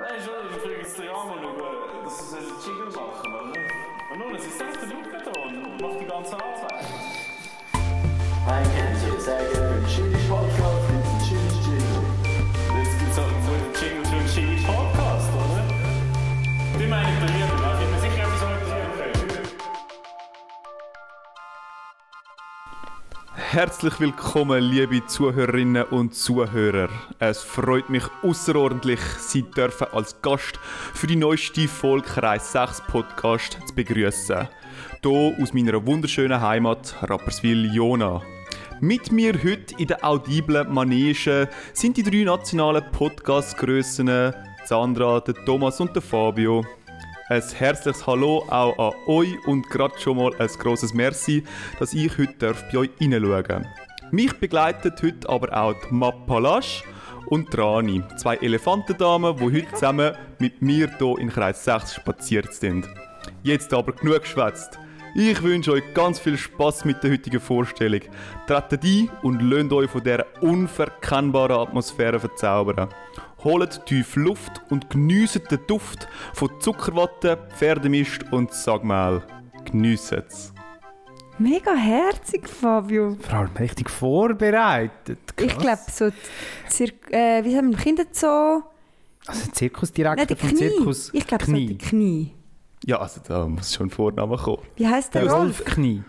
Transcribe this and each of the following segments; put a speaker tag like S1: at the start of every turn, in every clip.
S1: Nein, schon, ich bringe es dir an und schaue, dass es einen Jingle machen, oder? Und nun, es ist selbst der Luke da und macht die ganze Arbeit.
S2: Ein Kenntnis, sehr gerne. Schönes Podcast, ein schönes Jingle.
S1: Jetzt gibt es halt so einen Jingle für einen Jingle Podcast, oder? Die meine ich bei mir, da bin mir sicher, etwas anderes okay.
S3: Herzlich willkommen, liebe Zuhörerinnen und Zuhörer. Es freut mich außerordentlich, Sie dürfen als Gast für die neueste Folge Kreis 6 Podcast zu begrüßen. Hier aus meiner wunderschönen Heimat Rapperswil-Jona. Mit mir heute in der audiblen Manege sind die drei nationalen Podcast-Grössen Sandra, der Thomas und der Fabio. Ein herzliches Hallo auch an euch und gerade schon mal ein grosses Merci, dass ich heute darf bei euch hineinschauen darf. Mich begleitet heute aber auch die Mappalasch und die Rani, zwei Elefantendamen, die heute zusammen mit mir hier in Kreis 6 spaziert sind. Jetzt aber genug geschwätzt. Ich wünsche euch ganz viel Spaß mit der heutigen Vorstellung. Tretet ein und lönt euch von dieser unverkennbaren Atmosphäre verzaubern. Holt tief Luft und geniessen den Duft von Zuckerwatte, Pferdemist und Sagmehl. Geniessen es.
S4: Mega herzig, Fabio.
S5: Vor allem richtig vorbereitet.
S4: Ich glaube, so die Zir äh, wie haben wir Kinderzoo?
S5: Also
S4: Nein,
S5: Zirkusdirektor
S4: der
S5: vom
S4: Knie.
S5: Zirkus.
S4: ich glaube, so der
S5: Knie.
S4: Knie.
S3: Ja, also da muss schon ein Vorname kommen.
S4: Wie heißt der
S5: Der
S4: Rolf?
S5: Rolf Knie.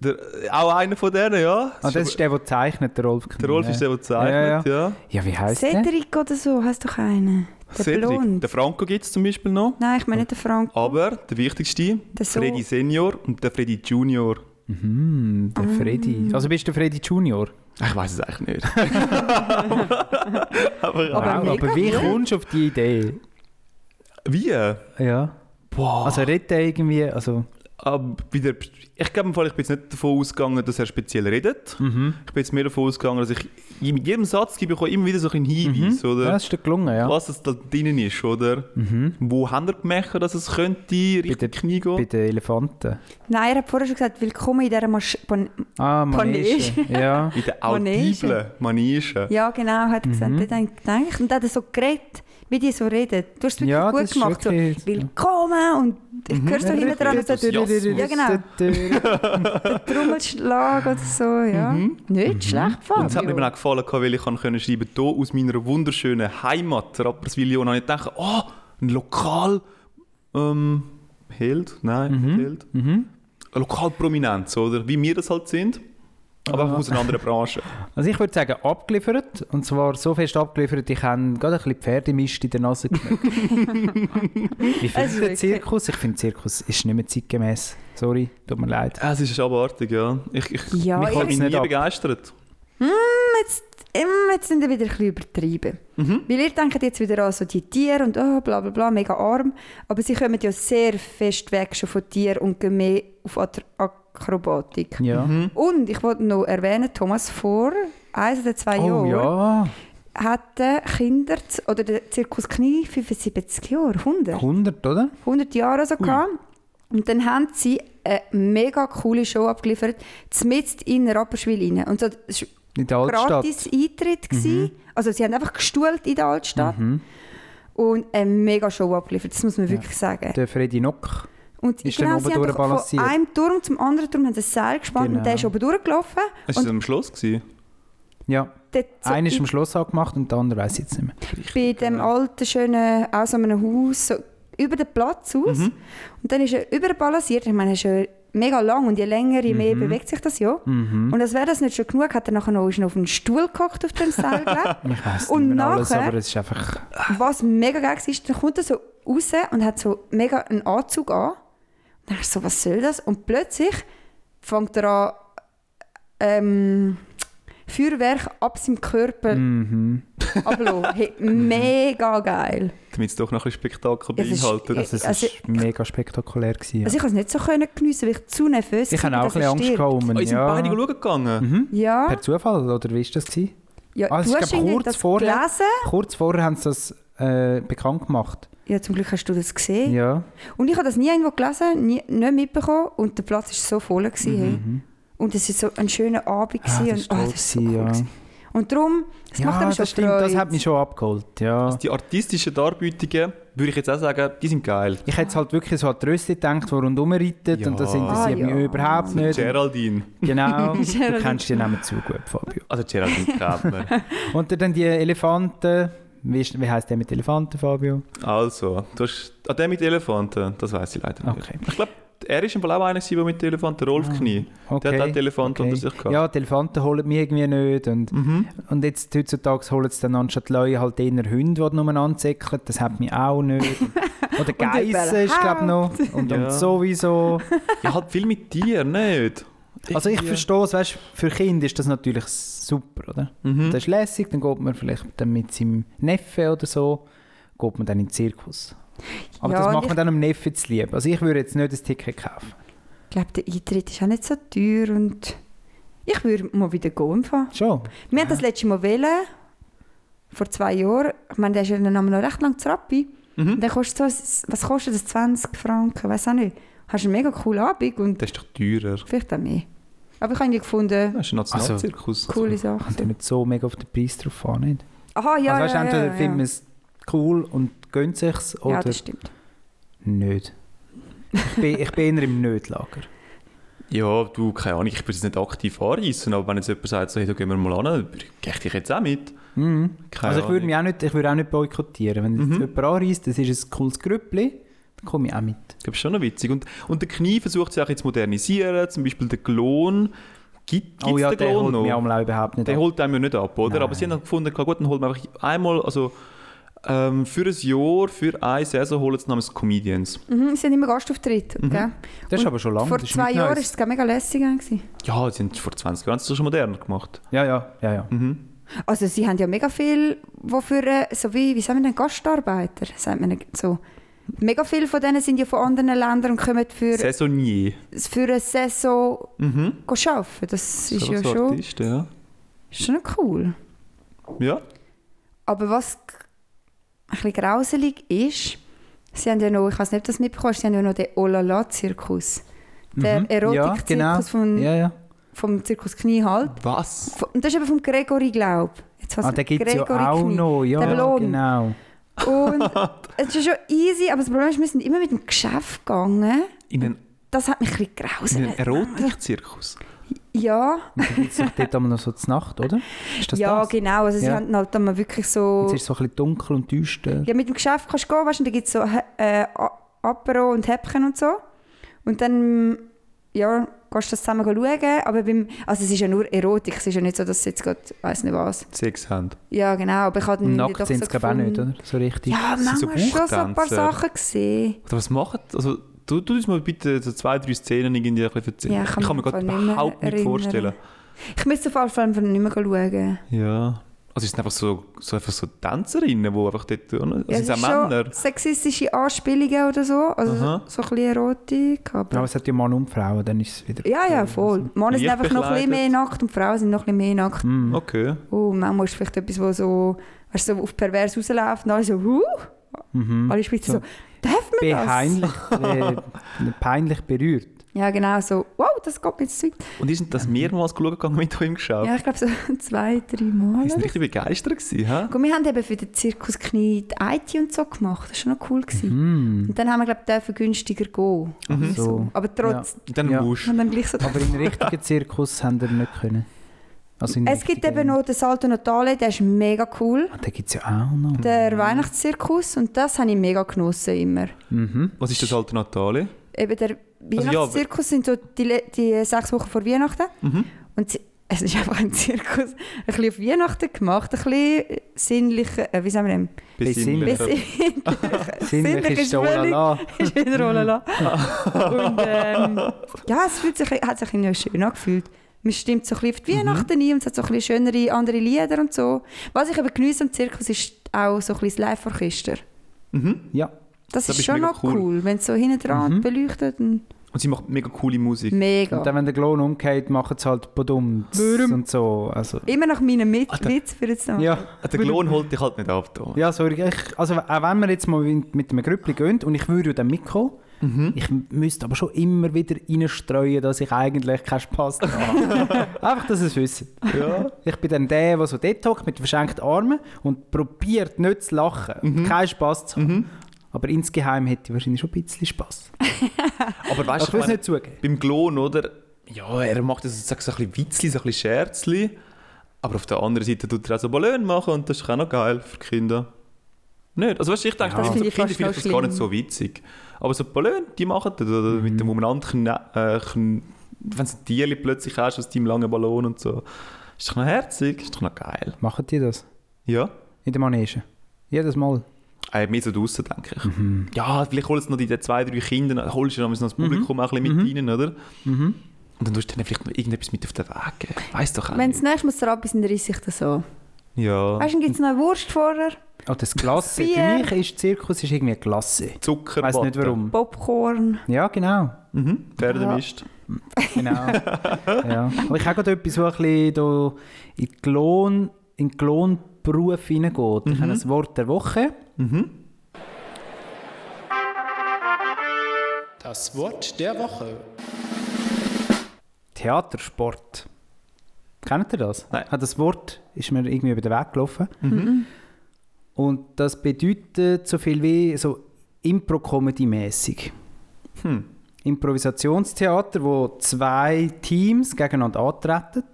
S3: Der, auch einer von denen, ja.
S5: Ah, das ist der, der zeichnet, der Rolf Knie.
S3: der Rolf
S5: ja.
S3: ist der, der zeichnet,
S5: Ja,
S3: ja.
S5: Ja, wie heißt der?
S4: Cedric oder so, heißt doch einer. Der
S3: Cedric.
S4: Blond.
S3: Der Franco gibt es zum Beispiel noch.
S4: Nein, ich meine nicht den Frank.
S5: Ah,
S3: Aber der wichtigste,
S4: Der so-
S3: Freddy Senior und der Freddy Junior.
S5: Hm, der Freddy.
S4: Ah.
S5: Also bist du der Freddy Junior?
S3: Ich weiß es eigentlich nicht. aber
S4: Aber
S5: Wow,
S4: mega
S5: aber wie
S4: cool.
S5: kommst du auf die Idee?
S3: wie?
S5: Ja.
S3: Boah.
S5: Also redet er irgendwie, also...
S3: Aber bei der, ich glaube, im Fall, ich bin jetzt nicht davon ausgegangen, dass er speziell redet. Ich bin jetzt mehr davon ausgegangen, dass ich mit jedem Satz gebe ich auch immer wieder so ein bisschen Hinweis,
S5: mhm. Ja,
S3: oder?
S5: das ist dir gelungen, ja.
S3: Was es da drinnen ist, oder? Wo haben wir gemerkt, dass es könnte Richtung
S5: der-
S3: Knie
S5: Bei
S3: gehen?
S5: den Elefanten.
S4: Nein, er hat vorher schon gesagt, willkommen in dieser Masch Ban-
S5: Ah, Manege.
S4: Manege.
S5: Ja.
S3: In der
S4: Manege.
S3: audiblen Manege.
S4: Ja, genau, hat er gesagt.
S5: Mhm.
S4: Dort habe ich gedacht. Und dann hat er so geredet, wie die so reden. Du hast es wirklich
S5: Ja, das
S4: gut
S5: ist
S4: gemacht. So,
S5: wirklich- Mhm.
S4: willkommen und ich höre so hinten dran so den Ja,
S5: genau.
S4: Trommelschlag oder so. Ja.
S5: Mhm.
S4: Nicht schlecht, Fabio.
S3: Und es hat mir eben auch gefallen, weil ich kann können schreiben hier aus meiner wunderschönen Heimat, Rapperswil, und habe ich gedacht, oh, ein Lokal... Ähm, Held? Nein, nicht Held. Eine Lokalprominenz, oder? Wie wir das halt sind, aber einfach aus einer anderen Branche.
S5: Also ich würde sagen, abgeliefert. Und zwar so fest abgeliefert, ich habe gerade ein bisschen Pferdemist in der Nase gemerkt. Wie
S4: Also
S5: findest du den
S4: wirklich.
S5: Zirkus? Ich finde, Zirkus ist nicht mehr zeitgemäß. Sorry, tut mir leid.
S3: Es ist abartig, ja. Ich, ich,
S4: Ja,
S3: mich hat
S5: ich-
S3: mich nie
S5: Nicht ab.
S3: begeistert.
S4: jetzt, ähm, jetzt sind wir wieder ein bisschen übertrieben.
S5: Mhm.
S4: Weil ihr denkt jetzt wieder an so die Tiere und oh, bla bla bla, mega arm. Aber sie kommen ja sehr fest weg schon von Tieren und gehen mehr auf Atr- Akrobatik.
S5: Ja.
S4: Und ich wollte noch erwähnen, Thomas vor eins oder zwei
S5: Oh
S4: Jahren
S5: ja,
S4: hat der Kinder oder der Zirkus Knie 75 Jahre, 100.
S5: 100, oder?
S4: 100 Jahre so gehabt. Und dann haben sie eine mega coole Show abgeliefert, mitten in Rapperswil rein. Und so, es war
S5: In der Altstadt.
S4: gratis Eintritt. Mhm. Also sie haben einfach gestuhlt in der Altstadt.
S5: Mhm.
S4: Und eine mega Show abgeliefert, das muss man wirklich sagen.
S5: Der Freddy Nock.
S4: Und genau,
S5: Ist dann
S4: sie
S5: oben
S4: haben
S5: durch
S4: doch von
S5: balanciert.
S4: einem Turm zum anderen Turm haben sie ein Seil gespannt
S5: Genau.
S4: und der ist oben durchgelaufen.
S3: Es war
S4: Und
S3: am Schluss. Gewesen.
S5: Ja.
S4: der- so
S5: Einer ist
S4: in-
S5: am Schluss angemacht und der andere weiß jetzt nicht mehr.
S4: bei dem alten, schönen, aus so einem Haus, so über den Platz aus.
S5: Mhm.
S4: Und dann ist er überbalanciert. Ich meine, er ist ja mega lang und je länger, je
S5: Mhm.
S4: mehr bewegt sich das ja. Und als wäre das nicht schon genug, hat er nachher noch, ist noch auf einen Stuhl gehockt auf dem Seil, glaub.
S5: Ich weiss
S4: Und
S5: nicht mehr alles,
S4: nachher-
S5: aber es ist einfach...
S4: Was mega geil war, dann kommt er so raus und hat so mega einen Anzug an. Und dann ist so, was soll das? Und plötzlich fängt er an, ähm, Feuerwerk ab seinem Körper
S5: Mhm.
S4: abzulassen. Hey, mega geil.
S3: Damit es doch noch ein bisschen Spektakel
S4: Es ist-
S3: beinhaltet.
S4: es-
S5: Also es
S4: Also-
S5: ist mega spektakulär gewesen. Ja.
S4: Also ich konnte es nicht so können geniessen, weil ich zu nervös
S5: ich
S4: war,
S5: habe auch ein
S4: dass
S5: bisschen
S4: er
S5: Angst
S4: stirbt.
S5: gehabt um ihn,
S3: Oh, ihr seid
S5: ja.
S3: beide schauen gegangen.
S4: Ja,
S5: Per Zufall, oder wie war das? Gewesen?
S4: ja
S5: Ah, es
S4: du
S5: ist,
S4: hast
S5: glaub,
S4: irgendwie
S5: kurz
S4: das
S5: vorher.
S4: gelesen.
S5: Kurz vorher haben sie das äh, bekannt gemacht.
S4: Ja, zum Glück hast du das gesehen.
S5: Ja.
S4: Und ich habe das nie irgendwo gelesen, nie, nicht mitbekommen und der Platz war so voll. Gewesen, hey. Und es war so ein schöner Abend.
S5: Ja,
S4: gewesen
S5: Mhm. Ah, das
S4: und,
S3: Ah,
S4: oh,
S5: war toll
S4: das ist so
S5: gewesen,
S4: cool
S5: ja.
S4: gewesen. Und darum, es macht
S5: ja,
S4: einem schon
S5: das stimmt, das
S4: Freude.
S5: hat mich schon abgeholt. Ja.
S3: Also die artistischen Darbietungen, würde ich jetzt auch sagen, die sind geil.
S5: Ich hätte halt wirklich so an die Rösti gedacht, die rundherum reitet und das
S3: Ja.
S5: interessiert
S4: Ah,
S5: mich
S4: ja.
S5: überhaupt nicht.
S3: Geraldine.
S5: Genau, du
S4: Geraldine.
S5: kennst die Namen zu gut, Fabio.
S3: Also Geraldine kennt man.
S5: Und dann die Elefanten. Wie, ist- wie heißt der mit Elefanten, Fabio?
S3: Also, du hast... Ah, der mit Elefanten, das weiß ich leider nicht.
S5: Okay. Ah,
S3: Ich glaube, er ist im Fall auch einer, gewesen, der mit den Elefanten, Rolf Knie.
S5: okay.
S3: Der hat auch die Elefanten
S5: okay.
S3: unter sich gehabt. Mhm.
S5: Ja, die Elefanten holen mich irgendwie nicht. Und, und jetzt heutzutage holen sie dann anstatt Leute halt eher Hunde, die nur anzäckeln. Das hat mich auch nicht. Oder Geissen ist, glaube ich, noch. Und,
S3: Ja.
S5: und sowieso.
S3: Ja, halt viel mit Tieren, nicht?
S5: Also ich
S3: Irgendwie-
S5: verstehe es, weißt, für Kinder ist das natürlich super, oder?
S3: Mhm.
S5: Das ist lässig, dann geht man vielleicht dann mit seinem Neffe oder so, geht man dann in den Zirkus. Aber
S4: Ja,
S5: das
S4: und
S5: macht
S4: ich-
S5: man dann am Neffen zu lieb. Also ich würde jetzt nicht ein Ticket kaufen.
S4: Ich glaube, der Eintritt ist auch nicht so teuer und ich würde mal wieder gehen. im Fall.
S5: Schon?
S4: Wir haben das letzte Mal wählen, vor zwei Jahren. Ich meine, der ist ja dann noch recht lang zu Rappi.
S5: Mhm.
S4: Und dann kostet so, ein- was kostet das? 20 Franken? Weiß auch nicht. Hast einen mega coolen Abend und
S3: Das ist doch teurer.
S4: vielleicht auch mehr. Aber ich habe irgendwie gefunden,
S3: Das ist ein
S5: Also,
S3: Nationalzirkus.
S4: coole
S5: Kommt ja
S4: Sachen.
S5: nicht so mega auf den Preis drauf an, nicht?
S4: Aha, ja,
S5: also weißt,
S4: ja,
S5: entweder
S4: ja,
S5: finden
S4: ja.
S5: wir es cool und gönnt sich's
S4: ja,
S5: oder
S4: das stimmt.
S5: nicht. Ich bin, ich bin eher im Nicht-Lager.
S3: Ja, du, keine Ahnung, ich würde jetzt nicht aktiv anreißen, aber wenn jetzt jemand sagt, so, hey, da gehen wir mal an, dann gehe ich dich jetzt auch mit.
S5: Mhm.
S3: Keine
S5: Also ich
S3: Ahnung.
S5: würde
S3: Mhm.
S5: mich auch nicht, ich würde auch nicht boykottieren. Wenn jetzt jemand anreist, das ist ein cooles Grüppli, dann komme ich auch mit.
S3: Ich glaube, ist schon noch witzig. Und, und der Knie versucht sich auch jetzt zu modernisieren, zum Beispiel der Klon. Gibt es
S5: oh ja,
S3: den
S5: der
S3: Klon
S5: holt mich
S3: noch?
S5: auch mal überhaupt nicht
S3: Den
S5: ab.
S3: holt einem ja nicht ab, oder?
S5: Nein.
S3: Aber sie haben dann gefunden, klar, gut, dann holen wir einfach einmal, also ähm, für ein Jahr, für eine Saison holen sie namens Comedians.
S4: Mhm, sie haben immer Gastauftritt. gell?
S5: Das ist
S4: Und
S5: aber schon lange.
S4: Vor
S5: Mhm. das ist
S4: zwei
S5: nichts
S4: Jahren war
S5: Neues.
S4: es mega lässig. Gewesen.
S3: Ja, sie haben vor 20 Jahren das schon moderner gemacht.
S5: Ja, ja, ja, ja.
S4: Also sie haben ja mega viel, wofür, äh, so wie, wie sagen wir denn, Gastarbeiter, sagt man nicht so. Mega viele von denen sind ja von anderen Ländern und kommen für,
S3: Saisonier.
S4: für eine Saison
S3: Mhm.
S4: go arbeiten. Das ist
S3: So
S4: ja
S3: als
S4: schon,
S3: Artist, ja.
S4: schon cool.
S3: ja.
S4: Aber was k- ein bisschen grauselig ist, sie haben ja noch, ich weiß nicht, ob du das mitbekommen hast, sie haben ja noch den Olala-Zirkus. Der
S5: Mhm.
S4: Erotik-Zirkus
S5: genau.
S4: vom,
S5: Ja, ja.
S4: vom Zirkus Knie halt.
S3: Was?
S4: Von- Und das ist eben vom Gregory Glaub. Jetzt weiss
S5: Ah,
S4: ich-
S5: den gibt es ja
S4: Gregory
S5: auch
S4: Knie.
S5: noch. Ja,
S4: Der Blond.
S5: genau.
S4: Und es ist schon easy, aber das Problem ist, wir sind immer mit dem Geschäft gegangen.
S3: In einen,
S4: Das hat mich ein bisschen
S3: in
S4: grauselig.
S3: einen Erotik-Zirkus?
S4: Ja,
S5: Und dann gibt es doch dort einmal noch so zur Nacht, oder? äh, Ist das
S4: ja
S5: das?
S4: genau. Also sie
S5: Ja.
S4: haben halt dann mal wirklich so...
S5: Jetzt ist es so ein bisschen dunkel und düster.
S4: Ja, mit dem Geschäft kannst du gehen, weißt du, und da gibt es so äh, A- Apero und Häppchen und so. Und dann, ja, kannst du das zusammen schauen. Aber beim, also es ist ja nur Erotik, es ist ja nicht so, dass es jetzt gerade, weiss nicht was.
S3: Sex haben.
S4: Ja, genau, aber ich habe dann
S5: Nackt sind sie glaube auch nicht, oder? So richtig.
S4: Ja,
S3: sind
S4: manchmal
S3: so
S4: schon so ein paar
S3: Bauchtänzer.
S4: Sachen gesehen.
S3: Oder was machen? Also, du, du uns mal bitte so zwei, drei Szenen irgendwie ein bisschen erzählen.
S4: Ja, ich
S3: ich
S4: kann
S3: kann mir
S4: mich
S3: gerade
S4: nicht mehr
S3: überhaupt nicht
S4: erinnern.
S3: vorstellen.
S4: Ich müsste auf jeden Fall nicht mehr schauen.
S3: Ja. Also, es sind einfach so, so, einfach so Tänzerinnen, die einfach dort. Also,
S4: Ja,
S3: es
S4: es
S3: sind
S4: ist
S3: auch
S4: schon
S3: Männer.
S4: sexistische Anspielungen oder so. Also
S3: Aha.
S4: so ein bisschen Erotik.
S5: Ja, aber
S4: Aber
S5: es hat ja Mann und Frau, dann ist es wieder...
S4: ja, ja, voll. Männer sind
S3: Leicht
S4: einfach noch ein bisschen mehr
S3: bekleidet.
S4: nackt und Frauen sind noch ein bisschen mehr nackt.
S3: Hm.
S5: Mhm.
S3: Okay.
S4: Oh, man muss vielleicht etwas, wo so, weißt, du, so auf pervers rausläuft und alle so, huh?
S5: Mhm.
S4: Alle Schweizer
S5: So.
S4: so, darf man das?
S5: Beheinlich, äh, peinlich berührt.
S4: Ja, genau, so, wow, das geht mir jetzt zu weit.
S3: Und die sind das mehrmals schauen gegangen mit euch im Geschäft.
S4: Ja, ich glaube so zwei, drei Mal.
S3: Die sind
S4: oder?
S3: richtig begeistert gewesen, hä?
S4: Und wir haben eben für den Zirkus Knie die IT und so gemacht. Das war schon noch cool. Gewesen.
S5: Mhm.
S4: Und dann haben wir, glaube ich, dürfen günstiger gehen.
S5: Mhm.
S4: So. Aber trotzdem,
S3: Und dann
S5: Ja.
S3: Wusch.
S4: haben dann gleich so
S5: Aber im richtigen Zirkus haben wir nicht können. Also in
S4: Es gibt
S5: richtigen-
S4: eben noch den Salto Natale, der ist mega cool.
S5: Ah, den gibt es ja auch noch.
S4: Der Weihnachtszirkus und das habe ich mega genossen immer.
S5: Mhm.
S3: Was ist das alte Natale?
S4: Eben der
S3: ja,
S4: Weihnachtszirkus sind so die, le- die sechs Wochen vor Weihnachten
S3: Mhm.
S4: und sie- es ist einfach ein Zirkus, ein bisschen auf Weihnachten gemacht, ein bisschen sinnlicher, äh, wie sagen wir denn?
S5: Besinnlich.
S3: Besinnlich.
S5: Sinnlich ist der Olala.
S4: ist wieder Rolala. und ähm, ja, es fühlt sich, hat sich irgendwie schön angefühlt. Man stimmt so ein bisschen auf
S5: Mhm.
S4: die Weihnachten ein und es hat so ein bisschen schönere andere Lieder und so. Was ich aber geniesse am Zirkus ist auch so ein bisschen das Live-Orchester.
S3: Mhm.
S5: Ja.
S4: Das,
S3: Das
S4: ist
S3: ist
S4: schon
S3: mega
S4: noch
S3: cool.
S4: cool, wenn es so hinten dran
S5: Mhm.
S4: beleuchtet. Und
S3: Und sie macht mega coole Musik.
S5: Und
S4: mega.
S5: dann, wenn der Klon umgeht, machen sie halt Badumts
S4: Warum?
S5: und so. Also,
S4: Immer nach meinem Mit
S3: Ah, der-
S4: Witz für jetzt noch.
S5: ja.
S3: Der Ah, Klon holt dich halt nicht ab. Da.
S5: äh, Ja, sorry. Ich, also, auch wenn wir jetzt mal mit mit einem Grüppli gehen und ich würde ja dann mitkommen, Ich m- müsste aber schon immer wieder reinstreuen, dass ich eigentlich keinen Spass daran habe. Einfach, dass ihr es wisst. Ich bin dann der, der so dort hockt mit verschenkten Armen und probiert nicht zu lachen und keinen Spass zu haben. Aber insgeheim hätte ich wahrscheinlich schon ein bisschen Spass.
S3: Aber
S5: Aber
S3: weißt
S5: ich
S3: du,
S5: will
S3: ich
S5: es
S3: meine,
S5: nicht zugeben.
S3: beim Glon, oder? Ja, er macht das sozusagen so ein bisschen Witzli, so ein bisschen Scherzli. Aber auf der anderen Seite tut er auch so Ballon machen und das ist auch noch geil für die Kinder. Nicht? Also weißt du, ich denke, das
S4: Das
S3: sind so
S4: finde ich
S3: Kinder
S4: fast
S3: vielleicht das gar
S4: noch
S3: nicht so witzig. Aber so Ballon, die machen das. Oder mit
S4: Mhm.
S3: dem umeinander, kn- äh, kn- wenn du ein Tierli plötzlich hast aus deinem langen Ballon und so. Ist doch noch herzig, ist doch noch geil.
S5: Machen die das?
S3: Ja.
S5: In der Manege? Jedes Mal?
S3: Äh, mehr so draussen, denke ich.
S5: Mhm.
S3: Ja, vielleicht holst du noch die die zwei, drei Kinder, holst du noch das Publikum auch ein bisschen
S5: Mhm.
S3: mit rein, oder? Und dann tust du denen vielleicht noch irgendetwas mit auf den Weg geben. Weiss doch auch
S4: Wenn
S3: nicht.
S4: das nächste Mal so ab ist, dann reisse ich das so.
S3: Ja,
S4: Weißt du, gibt es noch eine Wurst vorher,
S5: Oh, das Glasse. Für
S4: Bier.
S5: mich ist Zirkus ist irgendwie Glasse. Ich
S3: Zucker,
S5: weiß nicht warum.
S4: Popcorn.
S5: Ja, genau.
S3: Mhm. Pferdemist.
S5: Genau. ja. Aber ich habe gerade etwas, wo ein bisschen da in die Lohn, in die Lohnberuf hineingeht. Ich habe ein Wort der Woche.
S6: Das Wort der Woche.
S5: Theatersport. Kennt ihr das?
S3: Nein.
S5: Ah, Das Wort ist mir irgendwie über den Weg gelaufen.
S6: Mhm.
S5: Und das bedeutet so viel wie so Impro-Comedy-mäßig.
S3: Hm.
S5: Improvisationstheater, wo zwei Teams gegeneinander antreten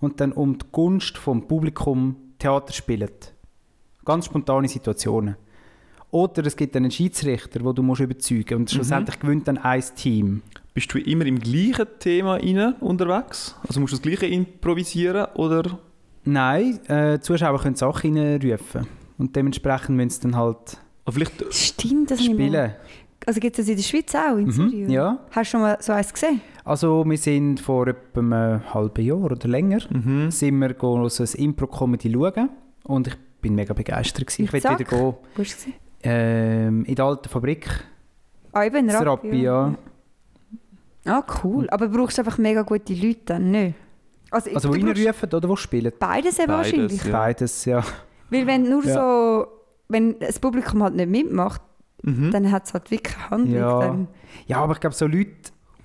S5: und dann um die Gunst vom Publikum Theater spielen. Ganz spontane Situationen. Oder es gibt einen Schiedsrichter, wo du musst überzeugen und schlussendlich gewinnt dann ein Team.
S3: Bist du immer im gleichen Thema rein unterwegs? Also musst du das Gleiche improvisieren oder?
S5: Nein, äh, die Zuschauer können Sachen reinrufen. Und dementsprechend müssen sie dann halt
S3: Oder vielleicht
S4: Stimmt, das nicht mehr.
S5: spielen. Mhm.
S4: Also gibt es das in der Schweiz auch, in Zürich?
S5: ja.
S4: Hast du schon mal so eins gesehen?
S5: Also wir sind vor etwa einem halben Jahr oder länger
S3: Mhm.
S5: sind wir go- so ein Impro-Comedy schauen. Und ich bin mega begeistert. Gewesen. Ich will
S4: Zack.
S5: wieder gehen.
S4: Wo hast du es gesehen?
S5: Ähm, in der alten Fabrik.
S4: Ah, eben, Rappi,
S5: Therapie, ja.
S4: Ah, cool. Aber brauchst du einfach mega gute Leute dann, ne? Also,
S5: Also wo
S4: du brauchst
S5: reinrufen oder wo spielen.
S4: beides eben
S3: Beides,
S4: wahrscheinlich.
S3: Ja.
S5: Beides, ja.
S4: Weil wenn nur
S5: Ja.
S4: so, wenn das Publikum halt nicht mitmacht, dann hat es halt wirklich keine Handlung.
S5: Mhm. Ja.
S4: Dann.
S5: Ja, aber ich glaube, so Leute,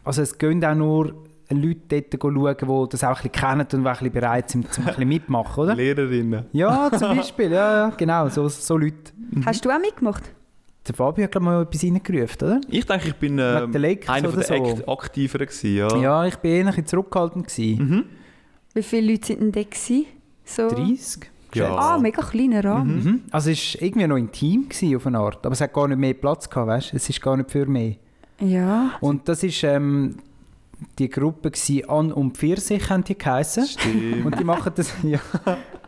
S5: also es gehen auch nur Leute dort schauen, die das auch ein bisschen kennen und die auch ein bisschen bereit sind, zum ein bisschen mitmachen, oder?
S3: Lehrerinnen.
S5: Ja, zum Beispiel, ja, ja, genau, so, so Leute.
S4: Hast du auch mitgemacht?
S5: Der Fabio hat, glaube ich, mal etwas reingerufen, oder?
S3: Ich denke, ich bin äh,
S5: Mit den Lakers
S3: einer von
S5: oder
S3: den
S5: so.
S3: Act- aktiveren gewesen, ja.
S5: Ja, ich war eher ein bisschen zurückhaltend. Gewesen.
S3: Mhm.
S4: Wie viele Leute sind denn da gewesen? So.
S5: 30?
S3: Ja.
S4: Ah, mega kleiner Rahmen.
S5: Mhm. Also es war irgendwie noch intim gewesen auf eine Art, aber es hat gar nicht mehr Platz gehabt, weißt? es ist gar nicht für mehr.
S4: Ja.
S5: Und das ist ähm, die Gruppe gewesen, An und Pfirsich haben die geheissen.
S3: Stimmt.
S5: Und die machen das, ja,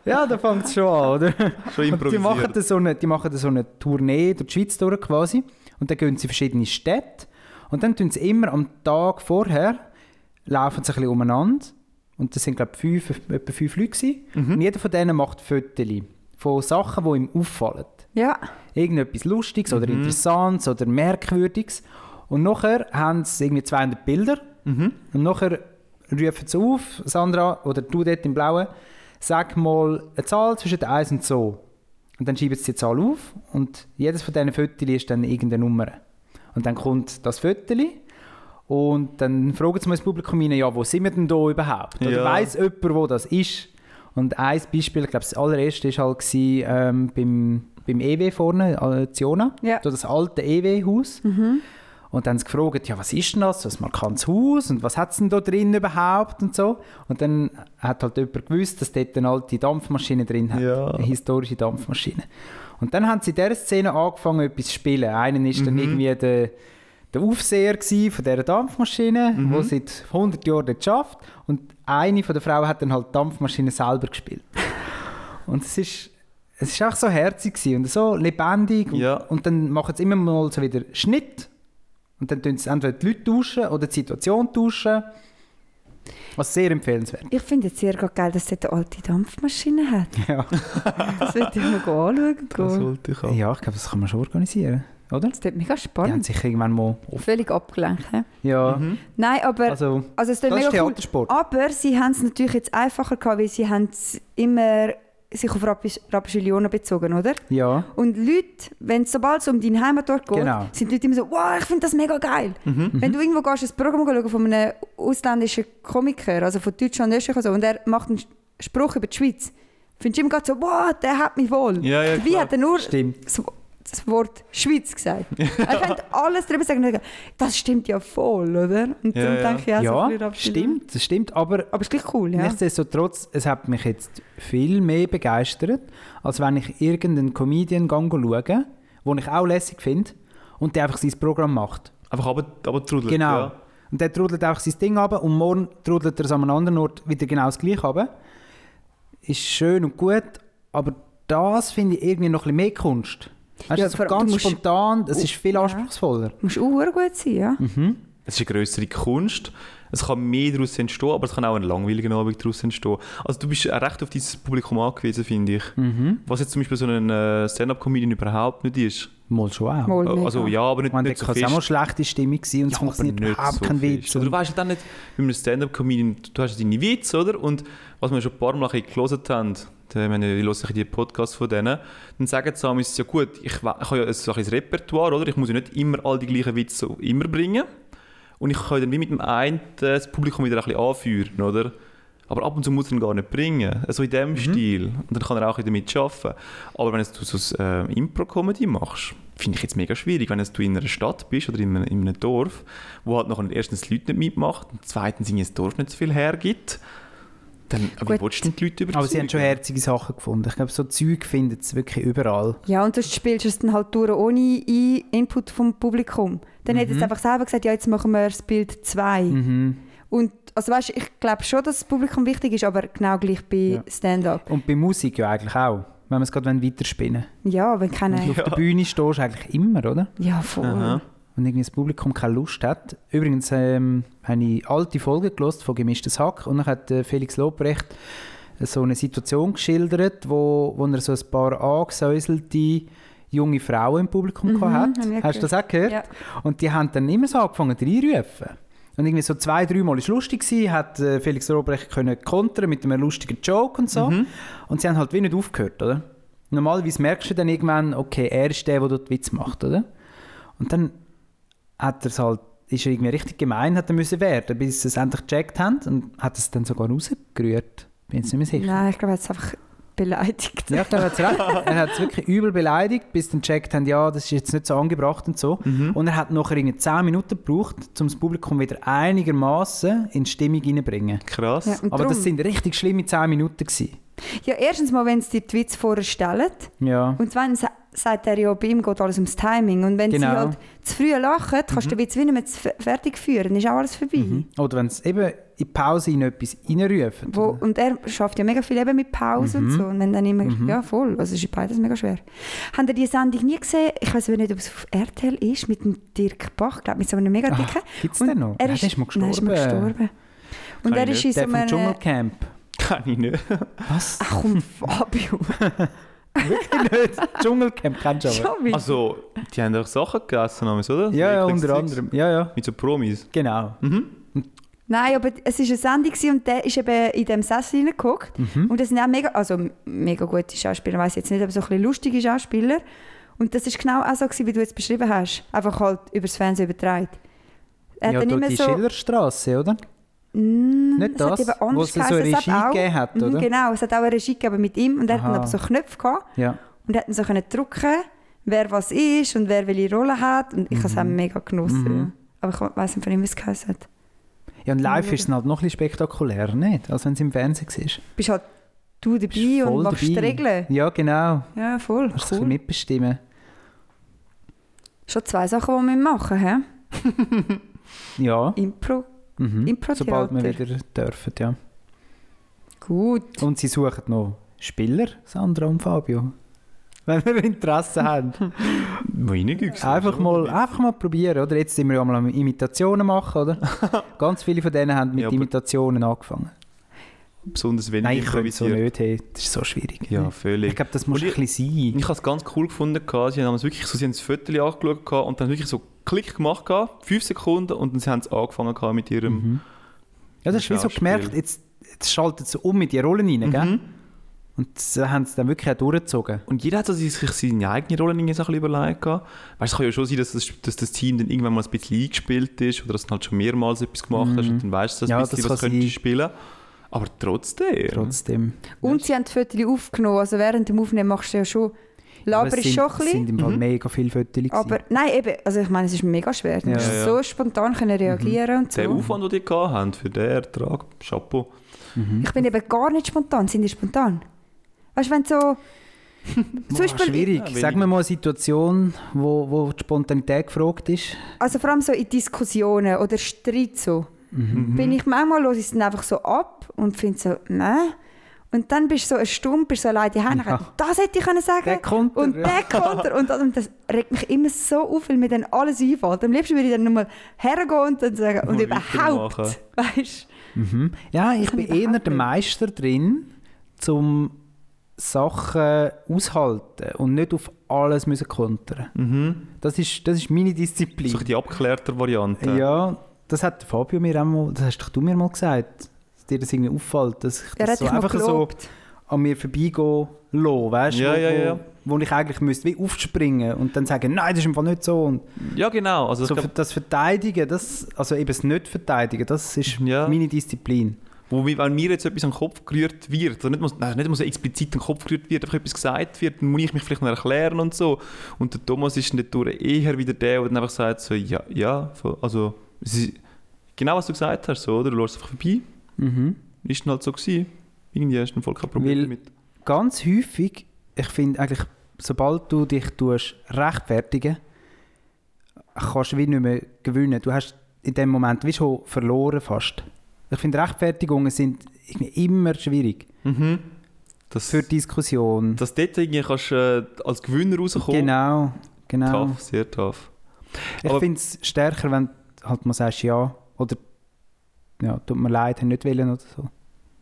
S5: ja da fängt es schon an, oder?
S3: Schon
S5: Und die machen
S3: improvisiert.
S5: dann so eine, die machen dann so eine Tournee durch die Schweiz durch quasi und dann gehen sie in verschiedene Städte und dann tun sie immer am Tag vorher laufen sie ein bisschen umeinander und das sind glaube ich fünf, etwa fünf Leute gewesen. und jeder von denen macht Fotos von Sachen, die ihm auffallen.
S4: Ja.
S5: Irgendetwas Lustiges oder Interessantes oder Merkwürdiges und nachher haben sie irgendwie 200 Bilder und nachher rufen sie auf, Sandra oder du dort im Blauen, sag mal eine Zahl zwischen 1 und so. Und dann schreiben sie die Zahl auf und jedes von diesen Fotos ist dann irgendeine Nummer. Und dann kommt das Foto und dann fragen sie mal das Publikum rein, ja, wo sind wir denn da überhaupt? Oder
S3: Ja.
S5: weiss jemand, wo das ist? Und ein Beispiel, ich glaube, das allererste war halt gewesen, ähm, beim, beim EW vorne, äh, Ziona,
S4: Ja.
S5: so das alte EW-Haus. Und dann haben sie gefragt, ja, was ist denn das? So ein markantes Haus und was hat es denn da drin überhaupt und so. Und dann hat halt jemand gewusst, dass dort eine alte Dampfmaschine drin hat,
S3: Ja.
S5: eine historische Dampfmaschine. Und dann haben sie in dieser Szene angefangen, etwas zu spielen. Einen ist dann irgendwie der, der Aufseher gsi von dieser Dampfmaschine, die seit 100 Jahren dort arbeitet. Und eine von der Frauen hat dann halt die Dampfmaschine selber gespielt. Und es ist, es ist auch so herzig gewesen und so lebendig. Und,
S3: Ja.
S5: und dann machen sie immer mal so wieder Schnitt. Und dann tun sie entweder die Leute tauschen oder die Situation tauschen. Was sehr empfehlenswert.
S4: Ich finde es sehr geil, dass dort eine alte Dampfmaschine hat.
S5: Ja,
S4: Das würde ich mir go anschauen.
S3: Das
S4: gehen.
S3: sollte ich auch.
S5: ja ich glaube, das kann man schon organisieren, oder?
S4: Das ist dort mega
S5: Die haben
S4: spannend.
S5: sich irgendwann mal auf.
S4: Völlig abgelenkt. hä?
S5: Ja,
S4: Nein, aber
S5: also
S4: Also es ist
S5: das ist
S4: mega cool.
S5: Theatersport.
S4: Aber sie haben es natürlich jetzt einfacher gehabt, weil sie haben es immer sich auf Rappisch- Rapperswil-Jona bezogen, oder?
S5: Ja.
S4: Und Leute, wenn sobald es um deinen Heimatort geht,
S5: Genau. Mhm,
S4: sind die Leute immer so, wow, ich finde das mega geil. Wenn du irgendwo gehst, ein Programm schauen von einem ausländischen Komiker, also von Deutschland, Österreich und so, und er macht einen Spruch über die Schweiz, findest du immer gerade so, wow, der hat mich wohl.
S3: Ja, ja,
S4: Dabei
S3: klar.
S4: hat er nur
S5: Stimmt.
S4: das, das Wort Schweiz gesagt. er könnte alles darüber sagen. und ich denke, Das stimmt ja voll, oder? Und
S3: Ja,
S4: darum
S3: ja.
S4: denke ich auch so ein
S5: Ja,
S4: bisschen Rapperswil-Jona.
S5: stimmt, das stimmt. Aber
S4: Aber es ist gleich cool, ja.
S5: nichtsdestotrotz, es hat mich jetzt viel mehr begeistert, als wenn ich irgendeinen Comedian schaue, den ich auch lässig finde, und der einfach sein Programm macht.
S3: Einfach aber, aber trudelt.
S5: Genau.
S3: Ja.
S5: Und der trudelt auch sein Ding ab und morgen trudelt er es an einem anderen Ort wieder genau das gleiche ab. Ist schön und gut, aber das finde ich irgendwie noch ein bisschen mehr Kunst. Weißt
S4: Ja,
S5: du,
S4: vor
S5: so
S4: allem, du
S5: ganz
S4: musst- Oh.
S5: spontan, es ist viel
S4: Ja.
S5: anspruchsvoller.
S4: Du musst auch gut sein, ja.
S5: Mhm.
S3: Es ist eine größere Kunst. Es kann mehr daraus entstehen, aber es kann auch ein langweiliger Abend daraus entstehen. Also du bist recht auf dieses Publikum angewiesen, finde ich.
S5: Mhm.
S3: Was jetzt zum Beispiel so ein äh, Stand-up-Comedian überhaupt nicht ist.
S5: Mal schon auch.
S4: Mal mega.
S3: Also ja, aber nicht,
S5: Man,
S3: nicht
S5: da
S3: so
S5: kann es auch
S3: fest.
S5: mal schlechte Stimmung sein und es
S3: Ja, aber
S5: funktioniert überhaupt
S3: so
S5: kein
S3: fest.
S5: Witz.
S3: Oder du weißt ja dann nicht, wie einem Stand-up-Comedian, du hast ja deine Witze, oder? Und was wir schon ein paar Mal ein bisschen gehört haben, da- ich meine, ich höre sich die Podcasts von denen, dann sagen sie einem, ja gut, ich, we- ich habe ja ein, so ein bisschen Repertoire, oder? Ich muss ja nicht immer all die gleichen Witze immer bringen. Und ich kann dann wie mit dem einen das Publikum wieder ein bisschen anführen, oder? Aber ab und zu muss er ihn gar nicht bringen. Also in dem
S5: Mhm.
S3: Stil. Und dann kann er auch ein bisschen damit arbeiten. Aber wenn jetzt du so eine äh, Impro-Comedy machst, finde ich jetzt mega schwierig. Wenn jetzt du in einer Stadt bist oder in einem, in einem Dorf, wo halt noch erstens die Leute nicht mitmachen und zweitens irgendwie das Dorf nicht so viel hergibt, dann äh, wie
S4: Gut.
S3: willst du denn die Leute überzeugen?
S5: Aber sie haben schon herzige Sachen gefunden. Ich glaube, so Zeug findet es wirklich überall.
S4: Ja, und sonst spielst du es dann halt durch, ohne I- Input vom Publikum. Dann hätte
S5: Mhm.
S4: es einfach selber gesagt, ja, jetzt machen wir das Bild 2. Und also weißt, du, ich glaube schon, dass das Publikum wichtig ist, aber genau gleich bei
S5: Ja.
S4: Stand-up.
S5: Und bei Musik ja eigentlich auch, wenn wir es gerade weiterspinnen
S4: Ja, wenn
S5: wollen.
S4: keine...
S5: Auf der Bühne stehst du eigentlich immer, oder?
S4: Ja, voll.
S3: Aha.
S5: und irgendwie das Publikum keine Lust hat. Übrigens ähm, habe ich alte Folgen gelost von «Gemischtes Hack» und dann hat äh, Felix Lobrecht äh, so eine Situation geschildert, wo, wo er so ein paar angesäuselte junge Frauen im Publikum mhm, hat.
S4: habe ich
S5: Hast du das auch gehört?
S4: Ja.
S5: Und die haben dann immer so angefangen zu reinrufen. Und irgendwie so zwei, drei Mal war es lustig, gewesen, hat äh, Felix Robrecht können kontern mit einem lustigen Joke und so. Und sie haben halt wie nicht aufgehört, oder? Normalerweise merkst du dann irgendwann, okay, er ist der, der dort Witz macht, oder? Und dann hat er es halt, ist er irgendwie richtig gemein, hat er müssen werden, bis sie es endlich gecheckt haben und hat es dann sogar rausgerührt. Bin jetzt nicht mehr sicher.
S4: Nein, ich glaube, er hat es einfach beleidigt.
S5: Ja, ich glaube, er hat's recht. Er hat es wirklich übel beleidigt, bis dann gecheckt haben, ja, das ist jetzt nicht so angebracht und so. Und er hat nachher irgendwie 10 Minuten gebraucht, um das Publikum wieder einigermaßen in die Stimmung reinzubringen.
S3: Krass.
S4: Ja, und
S5: Aber
S4: drum-
S5: das sind richtig schlimme 10 Minuten. Gewesen.
S4: Ja, erstens mal, wenn sie dir die Witze vorher stellen.
S5: Ja.
S4: Und zweitens sagt er ja, bei ihm geht alles ums Timing. Und wenn sie
S5: Genau. Mhm.
S4: halt zu früh lachen, kannst du den Witz wie nicht mehr zu f- fertig führen. Dann ist auch alles vorbei.
S5: Oder wenn es eben in die Pause in etwas reinrufen.
S4: Wo, und er schafft ja mega viel eben mit Pause
S5: Mhm.
S4: und so. Und wenn dann immer, ja voll, also ist beides mega schwer. Habt ihr die Sendung nie gesehen? Ich weiß nicht, ob es auf RTL ist, mit dem Dirk Bach, glaube mit so einem mega dicken.
S5: Ah, gibt's
S4: Und
S5: den noch?
S4: Er
S5: Nein,
S4: ist,
S5: der ist mal
S4: Nein, ist mal
S5: gestorben.
S4: gestorben. Und
S3: Kann
S4: er
S3: ich
S4: ist in so
S5: Der vom
S4: einem...
S5: Dschungelcamp.
S3: Kann ich nicht.
S5: Was?
S4: Ach komm, Fabio,
S5: Wirklich nicht? Dschungelcamp kennst du aber.
S4: schon wieder.
S3: Also, die haben doch Sachen gegessen, damals, oder?
S5: Ja, ja,
S3: Netflix-
S5: unter anderem. Ja, ja.
S3: Mit so Promis.
S5: Genau.
S4: Nein, aber es war eine Sendung gewesen und der ist eben in diesem Sessel hineingeguckt.
S5: Mhm.
S4: Und das sind auch mega, also mega gute Schauspieler, ich weiss jetzt nicht, aber so ein bisschen lustige Schauspieler. Und das war genau auch so, gewesen, wie du jetzt beschrieben hast. Einfach halt über das Fernsehen übertragen. Er hat
S5: Ja,
S4: dann
S5: dort
S4: immer
S5: die
S4: so...
S5: Schillerstraße, oder? Nicht
S4: Es
S5: das,
S4: hat eben
S5: wo
S4: anders
S5: es so eine
S4: geheißen.
S5: Regie
S4: auch-
S5: gegeben hat,
S4: Mhm,
S5: oder?
S4: Genau, es hat auch eine Regie gegeben mit ihm und er hat dann
S5: Aha.
S4: aber so Knöpfe gehabt
S5: Ja.
S4: und hat dann so können drücken, wer was ist und wer welche Rolle hat und ich habe es
S5: Mhm.
S4: auch mega genossen. ja. Aber ich weiß nicht, von ihm was es geheißen hat.
S5: Ja, und live
S4: Mhm.
S5: ist es halt noch ein bisschen spektakulärer, nicht? Als wenn es im Fernsehen ist.
S4: Bist halt du dabei und machst die Regeln.
S5: Ja, genau.
S4: Ja, voll.
S5: Kannst du
S4: Cool.
S5: cool. mitbestimmen.
S4: Schon zwei Sachen, die wir machen, hä?
S5: Ja.
S4: Impro.
S5: Mhm.
S4: Impro-Theater.
S5: Sobald wir wieder dürfen, ja.
S4: Gut.
S5: Und sie suchen noch Spieler, Sandra und Fabio. Wenn wir Interesse haben.
S3: Weinigüchse.
S5: Einfach mal, einfach mal probieren, oder? Jetzt sind wir ja mal am Imitationen machen, oder? Ganz viele von denen haben mit
S3: Ja, aber-
S5: Imitationen angefangen.
S3: Besonders wenig
S5: Nein, ich könnte so nicht, hey. Das ist so schwierig.
S3: Ja, völlig.
S5: Ich glaube, das muss
S3: Und
S5: ein
S3: ich-
S5: bisschen
S3: Ich
S5: sein.
S3: habe es ganz cool gefunden. gehabt. Sie haben damals wirklich so, sie haben das Viertel angeschaut gehabt und dann wirklich so Klick gemacht, gehabt, fünf Sekunden und dann haben sie angefangen gehabt mit ihrem.
S5: Mhm. Ja, das ist wie so
S3: Schauspiel. Mhm.
S5: gemerkt, jetzt, jetzt schaltet sie um mit die Rollen rein, gell? Und so haben sie dann wirklich auch durchgezogen.
S3: Und jeder hat so sich seine eigene Rolle irgendwie so ein bisschen überlegt. gehabt. Weißt, es kann ja schon sein, dass das, dass das Team dann irgendwann mal ein bisschen eingespielt ist oder dass du halt schon mehrmals etwas gemacht hast und dann weißt du, dass
S5: Mhm. Ja,
S3: ein bisschen,
S5: das
S3: was
S5: kann
S3: könntest
S5: sein.
S3: spielen. Aber trotzdem. Mhm.
S5: Trotzdem.
S4: Und sie haben die Fotos aufgenommen. Also während dem Aufnehmen machst du ja schon. Laber
S5: es
S4: ist
S5: sind,
S4: schon ein
S5: Es
S4: bisschen.
S5: sind im
S3: Mhm.
S5: Fall mega viele Fotos.
S4: Aber nein, eben, also ich meine, es ist mega schwer. Du
S5: Ja. Mhm.
S4: musst
S3: Ja, ja.
S4: so spontan können reagieren und so.
S3: Der Aufwand, den die gehabt haben für den Ertrag, Chapeau.
S4: Ich bin eben gar nicht spontan. Sind die spontan? Weißt du, wenn so. zum
S5: Boah,
S4: Beispiel,
S5: Ah, schwierig. Sagen wir mal eine Situation, wo, wo die Spontanität gefragt ist.
S4: also vor allem so in Diskussionen oder Streit so,
S5: Mhm.
S4: bin ich manchmal los, es dann einfach so ab und finde so, ne? Und dann bist du so eine Stunde, bist du so allein die Hände.
S5: Ja.
S4: Das hätte ich können sagen.
S5: Der Konter,
S4: und
S5: ja.
S4: der Konter. Und, das- und das regt mich immer so auf, weil mir dann alles einfällt. Am liebsten würde ich dann nochmal hergehen und dann sagen, und
S3: Mal
S4: überhaupt,
S3: weitermachen.
S4: weißt
S5: Ja, ich
S4: Kann
S5: bin
S4: ich
S5: eher
S4: überhaupt
S5: der
S4: nicht.
S5: Meister drin, zum Sachen aushalten und nicht auf alles müssen kontern. Das, ist, das ist meine
S3: Mhm. So
S5: Disziplin.
S3: die abgeklärte Variante.
S5: ja, das hat Fabio mir auch mal, das hast doch du mir mal gesagt, dass dir das irgendwie auffällt, dass ich
S4: Er
S5: das
S4: hat
S5: so
S4: dich mal
S5: einfach so
S4: gelobt.
S5: an mir vorbeigehen lasse, weißt
S3: Ja,
S5: wo,
S3: ja, ja.
S5: wo, wo ich eigentlich müsste wie aufspringen und dann sagen, nein, das ist im Fall nicht so. Und
S3: Ja, genau. Also,
S5: so
S3: ich
S5: für
S3: glaub,
S5: das Verteidigen, das, also eben das Nicht-Verteidigen, das ist
S3: Ja.
S5: meine Disziplin.
S3: wo, wir- wenn mir jetzt etwas an den Kopf gerührt wird, also nicht, muss, nein, nicht muss explizit an den Kopf gerührt wird, einfach etwas gesagt wird, dann muss ich mich vielleicht noch erklären und so. Und der Thomas ist nicht durch eher wieder der, der dann einfach sagt, so, ja, ja, so, also, es ist genau was du gesagt hast, so, oder? Du läufst einfach vorbei,
S5: Mhm.
S3: ist dann halt so gewesen. Irgendwie hast du dann voll kein Problem
S5: Weil-
S3: damit.
S5: ganz häufig, ich finde eigentlich, sobald du dich tust, rechtfertigen, kannst du wie nicht mehr gewinnen. Du hast in dem Moment wie schon verloren fast. Ich finde, Rechtfertigungen sind irgendwie immer schwierig
S3: Mhm. Das,
S5: für Diskussionen.
S3: dass dort irgendwie kannst, äh, als Gewinner rauskommen.
S5: Genau, genau.
S3: Tough, sehr tough.
S5: Ich
S3: Aber-
S5: finde es stärker, wenn du halt mal sagst, ja, oder ja, tut mir leid, habe nicht wollen oder so.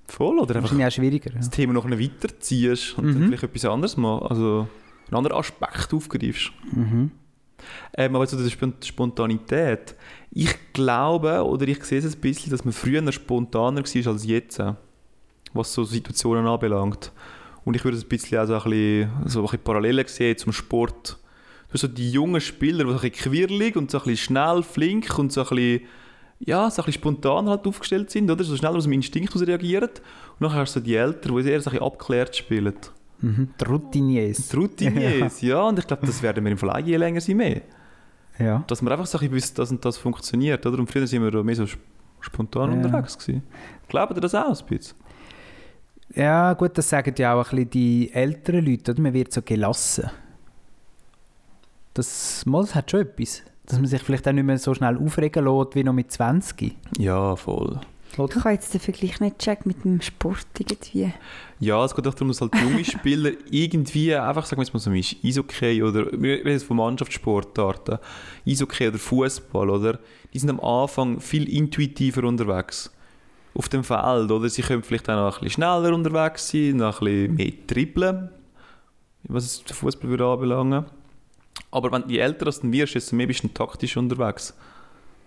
S3: Voll, oder einfach
S5: Wahrscheinlich auch schwieriger. Ja.
S3: das Thema noch ein bisschen weiterziehst und dann
S5: Mhm.
S3: vielleicht etwas anderes mal, also einen anderen Aspekt aufgreifst.
S5: Mhm.
S3: Ähm, aber zu der Spon- Spontanität. Ich glaube, oder ich sehe es ein bisschen, dass man früher spontaner war als jetzt, was so Situationen anbelangt. Und ich würde es ein bisschen auch so ein bisschen, so ein bisschen Parallelen sehen zum Sport. Du hast so die jungen Spieler, die so ein bisschen quirlig und so ein bisschen schnell, flink und so ein bisschen, ja, so ein bisschen spontan halt aufgestellt sind, oder? So schnell aus dem Instinkt heraus reagieren. Und dann hast du so die Eltern, die eher so ein bisschen abgeklärt spielen.
S5: Mhm. Die Routiniers.
S3: Das Routiniers, ja. Und ich glaube, das werden wir im Fall auch je länger sein mehr
S5: Ja.
S3: dass man einfach so ein bisschen wüsste, das und das funktioniert. Oder? Und früher sind wir mehr so sp- spontan
S5: Ja.
S3: unterwegs gewesen. Glaubt ihr das auch ein bisschen?
S5: Ja, gut, das sagen ja auch ein bisschen die älteren Leute, oder? Man wird so gelassen. Das, mal, das hat schon etwas. Dass man sich vielleicht auch nicht mehr so schnell aufregen lässt wie noch mit 20.
S3: Ja, voll.
S4: Ich kann jetzt den Vergleich nicht checken mit dem Sport irgendwie.
S3: Ja, es geht auch darum, dass halt junge Spieler irgendwie einfach, sagen wir jetzt mal so, ist Eishockey oder, wir reden jetzt von Mannschaftssportarten, Eishockey oder Fußball, oder? Die sind am Anfang viel intuitiver unterwegs. Auf dem Feld, oder? Sie können vielleicht auch noch ein bisschen schneller unterwegs sein, noch ein bisschen mehr trippeln, was es den Fußball würde anbelangen. Aber wenn, je älter das dann wirst, desto mehr bist du dann taktisch unterwegs.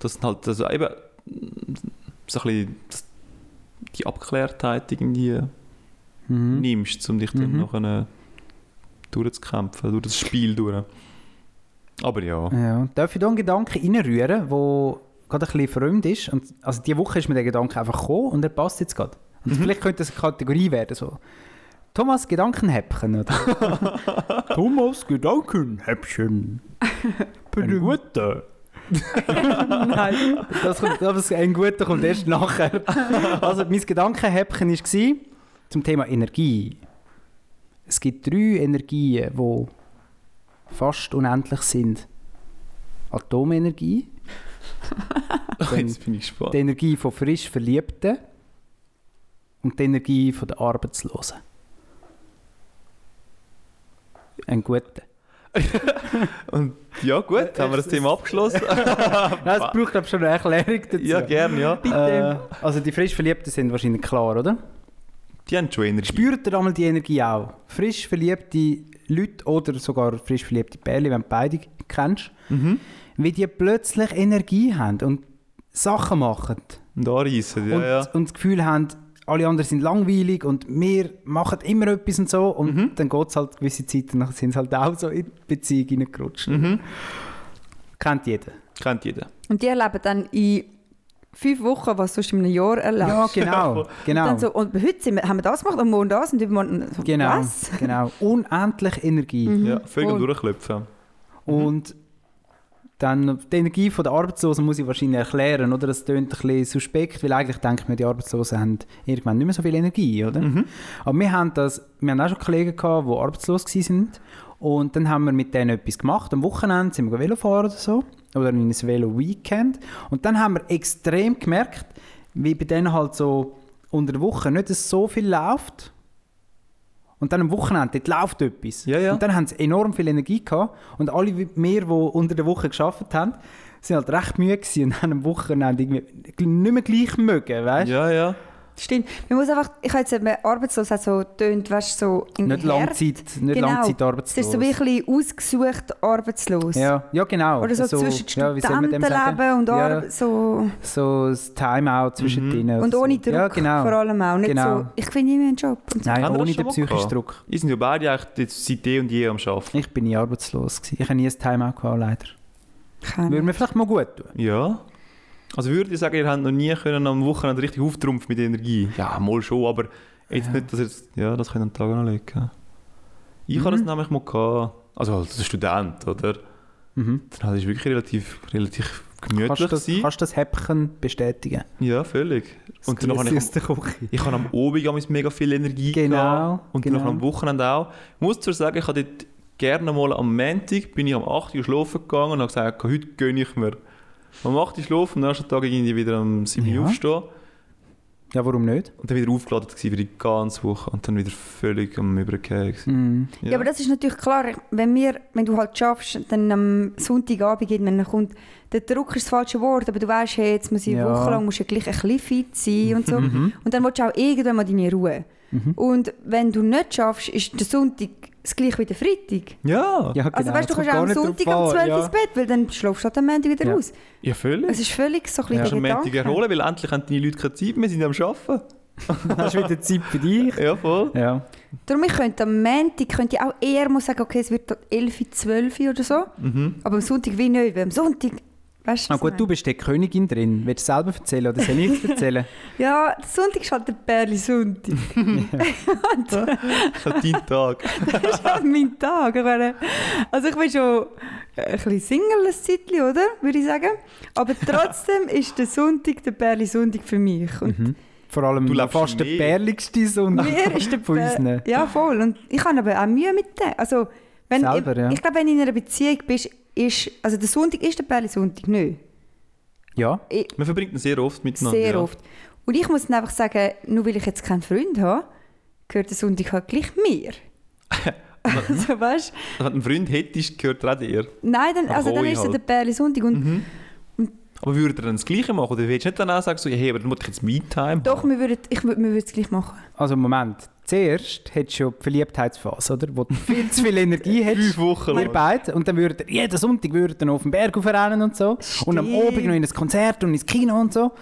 S3: Das sind halt, also eben, so ein bisschen das, die Abgeklärtheit irgendwie
S5: Mhm.
S3: nimmst, um dich dann
S5: Mhm.
S3: noch eine durchzukämpfen, durch das Spiel durch. Aber ja.
S5: Ja. Darf ich da einen Gedanken reinrühren, der gerade ein bisschen fremd ist? Und, also diese Woche ist mir der Gedanke einfach gekommen und er passt jetzt gerade. Und vielleicht könnte das eine Kategorie werden, so. Thomas Gedankenhäppchen, oder? Thomas Gedankenhäppchen. Ein guter. Nein, das kommt, aber das- ein guter kommt erst nachher. Also mein Gedankenhäppchen war zum Thema Energie. Es gibt drei Energien, die fast unendlich sind. Atomenergie,
S3: Jetzt bin ich gespannt.
S5: die Energie von frisch Verliebten und die Energie von der Arbeitslosen. Ein guter.
S3: Und ja,
S5: Äh,
S3: gut, haben wir das Thema abgeschlossen.
S5: Nein, es braucht aber schon eine Erklärung dazu.
S3: ja, gerne, ja.
S5: Äh, also die frisch Verliebten sind wahrscheinlich klar, oder?
S3: Die haben schon Energie.
S5: Spürt ihr einmal die Energie auch? Frisch verliebte Leute oder sogar frisch verliebte Pärchen, wenn du beide kennst,
S3: Mhm.
S5: wie die plötzlich Energie haben und Sachen machen.
S3: Und anreissen, ja,
S5: und,
S3: ja.
S5: und das Gefühl haben, alle anderen sind langweilig und wir machen immer etwas und so. Und
S3: Mhm.
S5: dann geht es halt gewisse Zeiten, dann sind sie halt auch so in die Beziehung reingerutscht.
S3: Mhm.
S5: Kennt jeder.
S3: Kennt jeder.
S4: Und die erleben dann in fünf Wochen, was sonst in einem Jahr erlebst.
S5: Ja, genau.
S4: Und,
S5: genau.
S4: dann so, und heute sind wir, haben wir das gemacht und morgen das und übermorgen so,
S5: genau,
S4: was? Mhm.
S5: genau. Unendlich Energie.
S3: Ja, völlig am
S4: voll.
S3: durchklopfen. Mhm.
S5: Und dann die Energie von der Arbeitslosen muss ich wahrscheinlich erklären, oder? Das tönt ein bisschen suspekt, weil eigentlich denkt man, die Arbeitslosen haben irgendwann nicht mehr so viel Energie, oder?
S3: Mhm.
S5: Aber wir haben das, wir haben auch schon Kollegen gehabt, die arbeitslos waren. Und dann haben wir mit denen etwas gemacht. Am Wochenende sind wir Velofahren oder so. Oder in ein Velo-Weekend. Und dann haben wir extrem gemerkt, wie bei denen halt so unter der Woche nicht so viel läuft. Und dann am Wochenende, dort läuft etwas.
S3: Ja, ja.
S5: Und dann haben sie enorm viel Energie gehabt. Und alle wie wir, die unter der Woche geschafft haben, sind halt recht müde gewesen und haben am Wochenende irgendwie nicht mehr gleich mögen, weißt
S3: Ja, ja.
S4: Stimmt. Man muss einfach, ich habe jetzt eben arbeitslos auch so tönt, weißt du, so in
S5: Nicht
S4: Herz-
S5: Langzeit, nicht
S4: Genau.
S5: langzeitarbeitslos.
S4: Es ist so wie ein bisschen ausgesucht arbeitslos.
S5: Ja, ja genau.
S4: Oder so zwischen
S5: ja, wie soll man dem sagen?
S4: Studentenleben und
S5: ja,
S4: Arbe- so.
S5: so das Timeout
S3: Mhm.
S5: zwischen denen.
S4: Und
S5: oder
S4: ohne
S5: so.
S4: Druck
S5: Ja, genau.
S4: vor allem auch. Nicht
S5: Genau.
S4: so, ich finde nie mehr einen Job. Und so.
S5: Nein,
S3: Haben wir das
S5: ohne
S3: schon
S5: den
S3: mal
S5: psychischen
S3: gehabt?
S5: Druck.
S3: Ihr sind ja beide eigentlich jetzt seit eh und je am Arbeiten.
S5: Ich bin nie arbeitslos. Gewesen. Ich habe nie ein Timeout gehabt, leider.
S4: Keine.
S5: Würde mir vielleicht mal gut tun.
S3: Ja. Also würde ich sagen, ihr habt noch nie können am Wochenende richtig auftrumpfen mit Energie. Ja, mal schon, aber jetzt nicht, dass ihr das, ja, das könnt ihr am Tag anlegen. Ich habe das nämlich mal gehabt. Also als Student, oder?
S5: Mhm.
S3: Dann hat es wirklich relativ, relativ
S5: Kannst
S3: gemütlich
S5: du das,
S3: sein.
S5: kannst du das Häppchen bestätigen?
S3: Ja, völlig.
S5: Das
S3: Und dann habe
S5: Grüße
S3: ich
S5: aus der Küche.
S3: Ich habe am Abend damals mega viel Energie
S5: Genau,
S3: gehabt. und
S5: genau.
S3: dann am Wochenende auch. Ich muss zwar sagen, ich habe dort gerne mal am Montag, bin ich am 8 Uhr schlafen gegangen und habe gesagt, okay, heute gönne ich mir. Am 8 Uhr schlafen, am nächsten Tag irgendwie wieder am 7 Uhr
S5: Ja.
S3: aufstehen
S5: Ja, warum nicht?
S3: und dann wieder aufgeladen gewesen für die ganze Woche und dann wieder völlig am Übergehen. gewesen.
S5: Mhm.
S4: Ja. aber das ist natürlich klar. Ich- Wenn, wir, wenn du halt schaffst, dann am Sonntagabend irgendwann kommt, der Druck ist das falsche Wort, aber du weißt, hey, jetzt muss ich
S5: Ja. Mhm.
S4: eine Woche lang musst du ja gleich ein bisschen fit sein und so. Und dann willst du auch irgendwann mal deine Ruhe. Und wenn du nicht schaffst, ist der Sonntag das gleiche wie der Freitag.
S3: Ja. ja!
S5: Ja, genau.
S4: Also weißt du,
S5: Es
S4: du
S5: kommt
S4: kannst auch
S5: gar
S4: am
S5: nicht drauf
S4: Sonntag um
S5: an,
S4: 12
S5: ja.
S4: ins Bett, weil dann schlafst du halt am Montag wieder
S5: Ja.
S4: aus.
S3: völlig.
S4: Es ist völlig so ein
S3: Du
S4: bisschen
S3: kannst am
S4: der
S3: Montag
S4: Gedanke.
S3: erholen, weil endlich haben deine Leute keine Zeit mehr, sind am Arbeiten.
S5: Hast wieder Zeit für dich?
S3: Ja, voll.
S5: Ja.
S4: Darum, ich könnte am Montag könnte ich auch eher muss sagen, okay, es wird 11, 12 oder so.
S3: Mhm.
S4: Aber am Sonntag wie nicht, weil am Sonntag, weißt du, was
S5: Na
S4: ich
S5: gut, du bist die Königin drin. Willst du selber erzählen oder soll ich es erzählen?
S4: meine? Ja, der Sonntag ist halt der Perli Sonntag.
S3: Das ist dein Tag.
S4: das ist halt mein Tag. Ich meine, Also ich bin schon ein bisschen Single, ein Zeitchen, oder? Würde ich sagen. Aber trotzdem ist der Sonntag der Perli Sonntag für mich. Und
S5: Vor allem
S3: Du lebst
S5: fast der
S3: mehr.
S5: bärligste Sonntag
S4: mir ist der
S5: von
S4: Pe-
S5: unseren.
S4: Ja, voll. Und ich habe aber auch Mühe mit dem. Also, wenn
S5: Selber,
S4: ich,
S5: ja.
S4: ich glaube, wenn du in einer Beziehung bist, ist, also der Sonntag ist der Perli Sonntag, nicht?
S5: Ja,
S4: Ich,
S3: Man verbringt ihn sehr oft miteinander.
S4: Sehr
S3: ja.
S4: oft. Und ich muss dann einfach sagen, nur weil ich jetzt keinen Freund habe, gehört der Sonntag halt gleich mir.
S5: Mhm.
S4: also weißt
S3: Wenn du einen Freund hättest, gehört er auch dir.
S4: nein, dann,
S3: Aber
S4: also dann
S3: Hoi
S4: ist es
S3: halt.
S4: der Perli Sonntag und
S5: Mhm.
S3: Aber würde er dann das Gleiche machen? Oder willst du nicht dann auch sagen, so, hey, aber dann muss ich jetzt Me-Time
S4: doch,
S3: haben?
S4: wir würden, ich würde wir würden es gleich machen.
S5: also Moment. Zuerst hättest du ja die Verliebtheitsphase, oder? Wo du viel zu viel Energie hättest.
S3: Fünf Wochen
S5: Wir
S3: lang.
S5: beide. Und dann würdet ihr, jeden Sonntag würdet ihr noch auf den Berg aufrennen und so. Und am
S4: Stimmt. Mhm.
S5: Abend noch in ein Konzert und ins Kino und so.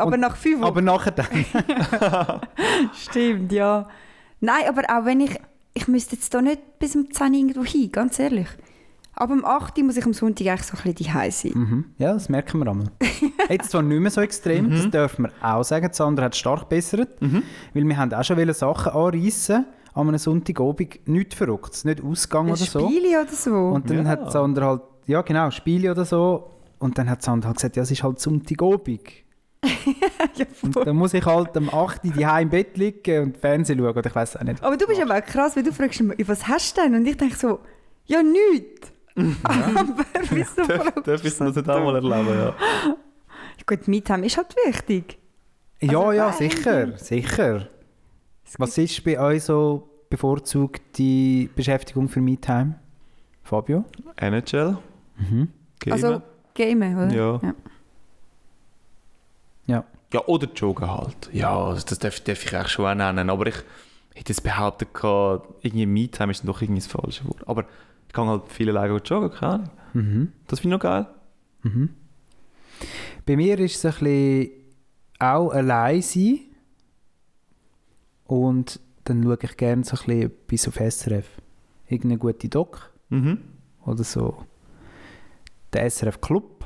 S4: Aber
S5: Mhm. Und-
S4: nach fünf Wochen.
S5: Aber nachher dann.
S4: Stimmt, ja. Nein, aber auch wenn ich, ich müsste jetzt da nicht bis um 10 Uhr irgendwo hin, ganz ehrlich. Aber am 8. Uhr muss ich am Sonntag eigentlich so ein bisschen daheim sein.
S5: Ja, das merken wir einmal. Jetzt zwar nicht mehr so extrem,
S4: Mhm.
S5: das dürfen wir auch sagen. Sandra hat stark bessert, weil wir haben auch schon wollen Sachen anreissen an einem Sonntagabend. Nichts verrückt, nicht Ausgang
S4: Ein
S5: oder so.
S4: Spiele oder so.
S5: Und dann
S3: Ja.
S5: hat Sandra halt, ja genau, Spiele oder so. Und dann hat Sandra halt gesagt, ja, es ist halt Sonntagabend.
S4: Ja,
S5: Und
S4: voll.
S5: dann muss ich halt am 8 Uhr daheim im Bett liegen und Fernsehen schauen oder ich weiß auch nicht.
S4: Aber du bist aber auch krass, weil du fragst immer, was hast du denn? Und ich denke so, ja, nichts.
S3: Mhm.
S4: aber wieso
S3: Darf-
S4: fragst
S3: Darf ich das nicht auch mal erleben, ja.
S4: du? Gut, Meetime ist halt wichtig.
S5: Ja,
S4: Also
S5: ja,
S4: nein.
S5: sicher, sicher. Was ist bei euch so bevorzugte Beschäftigung für MeTime? Fabio?
S3: NHL?
S5: Mhm.
S3: Gamen?
S4: Also, Gamen, oder?
S3: Ja.
S5: Ja.
S3: ja, oder Joggen halt. Ja, also das darf, darf ich auch schon auch nennen. Aber ich hätte jetzt behauptet, gehabt, irgendwie Me-Time ist dann doch irgendwie das falsche Wort. Aber ich kann halt viele Leute joggen, keine Ahnung.
S5: Mhm.
S3: Das finde ich noch geil.
S5: Mhm. Bei mir ist es ein bisschen auch allein sein. Und dann schaue ich gerne so ein bisschen etwas auf SRF. Irgendeine gute Doc
S3: Mhm.
S5: oder so. Der SRF Club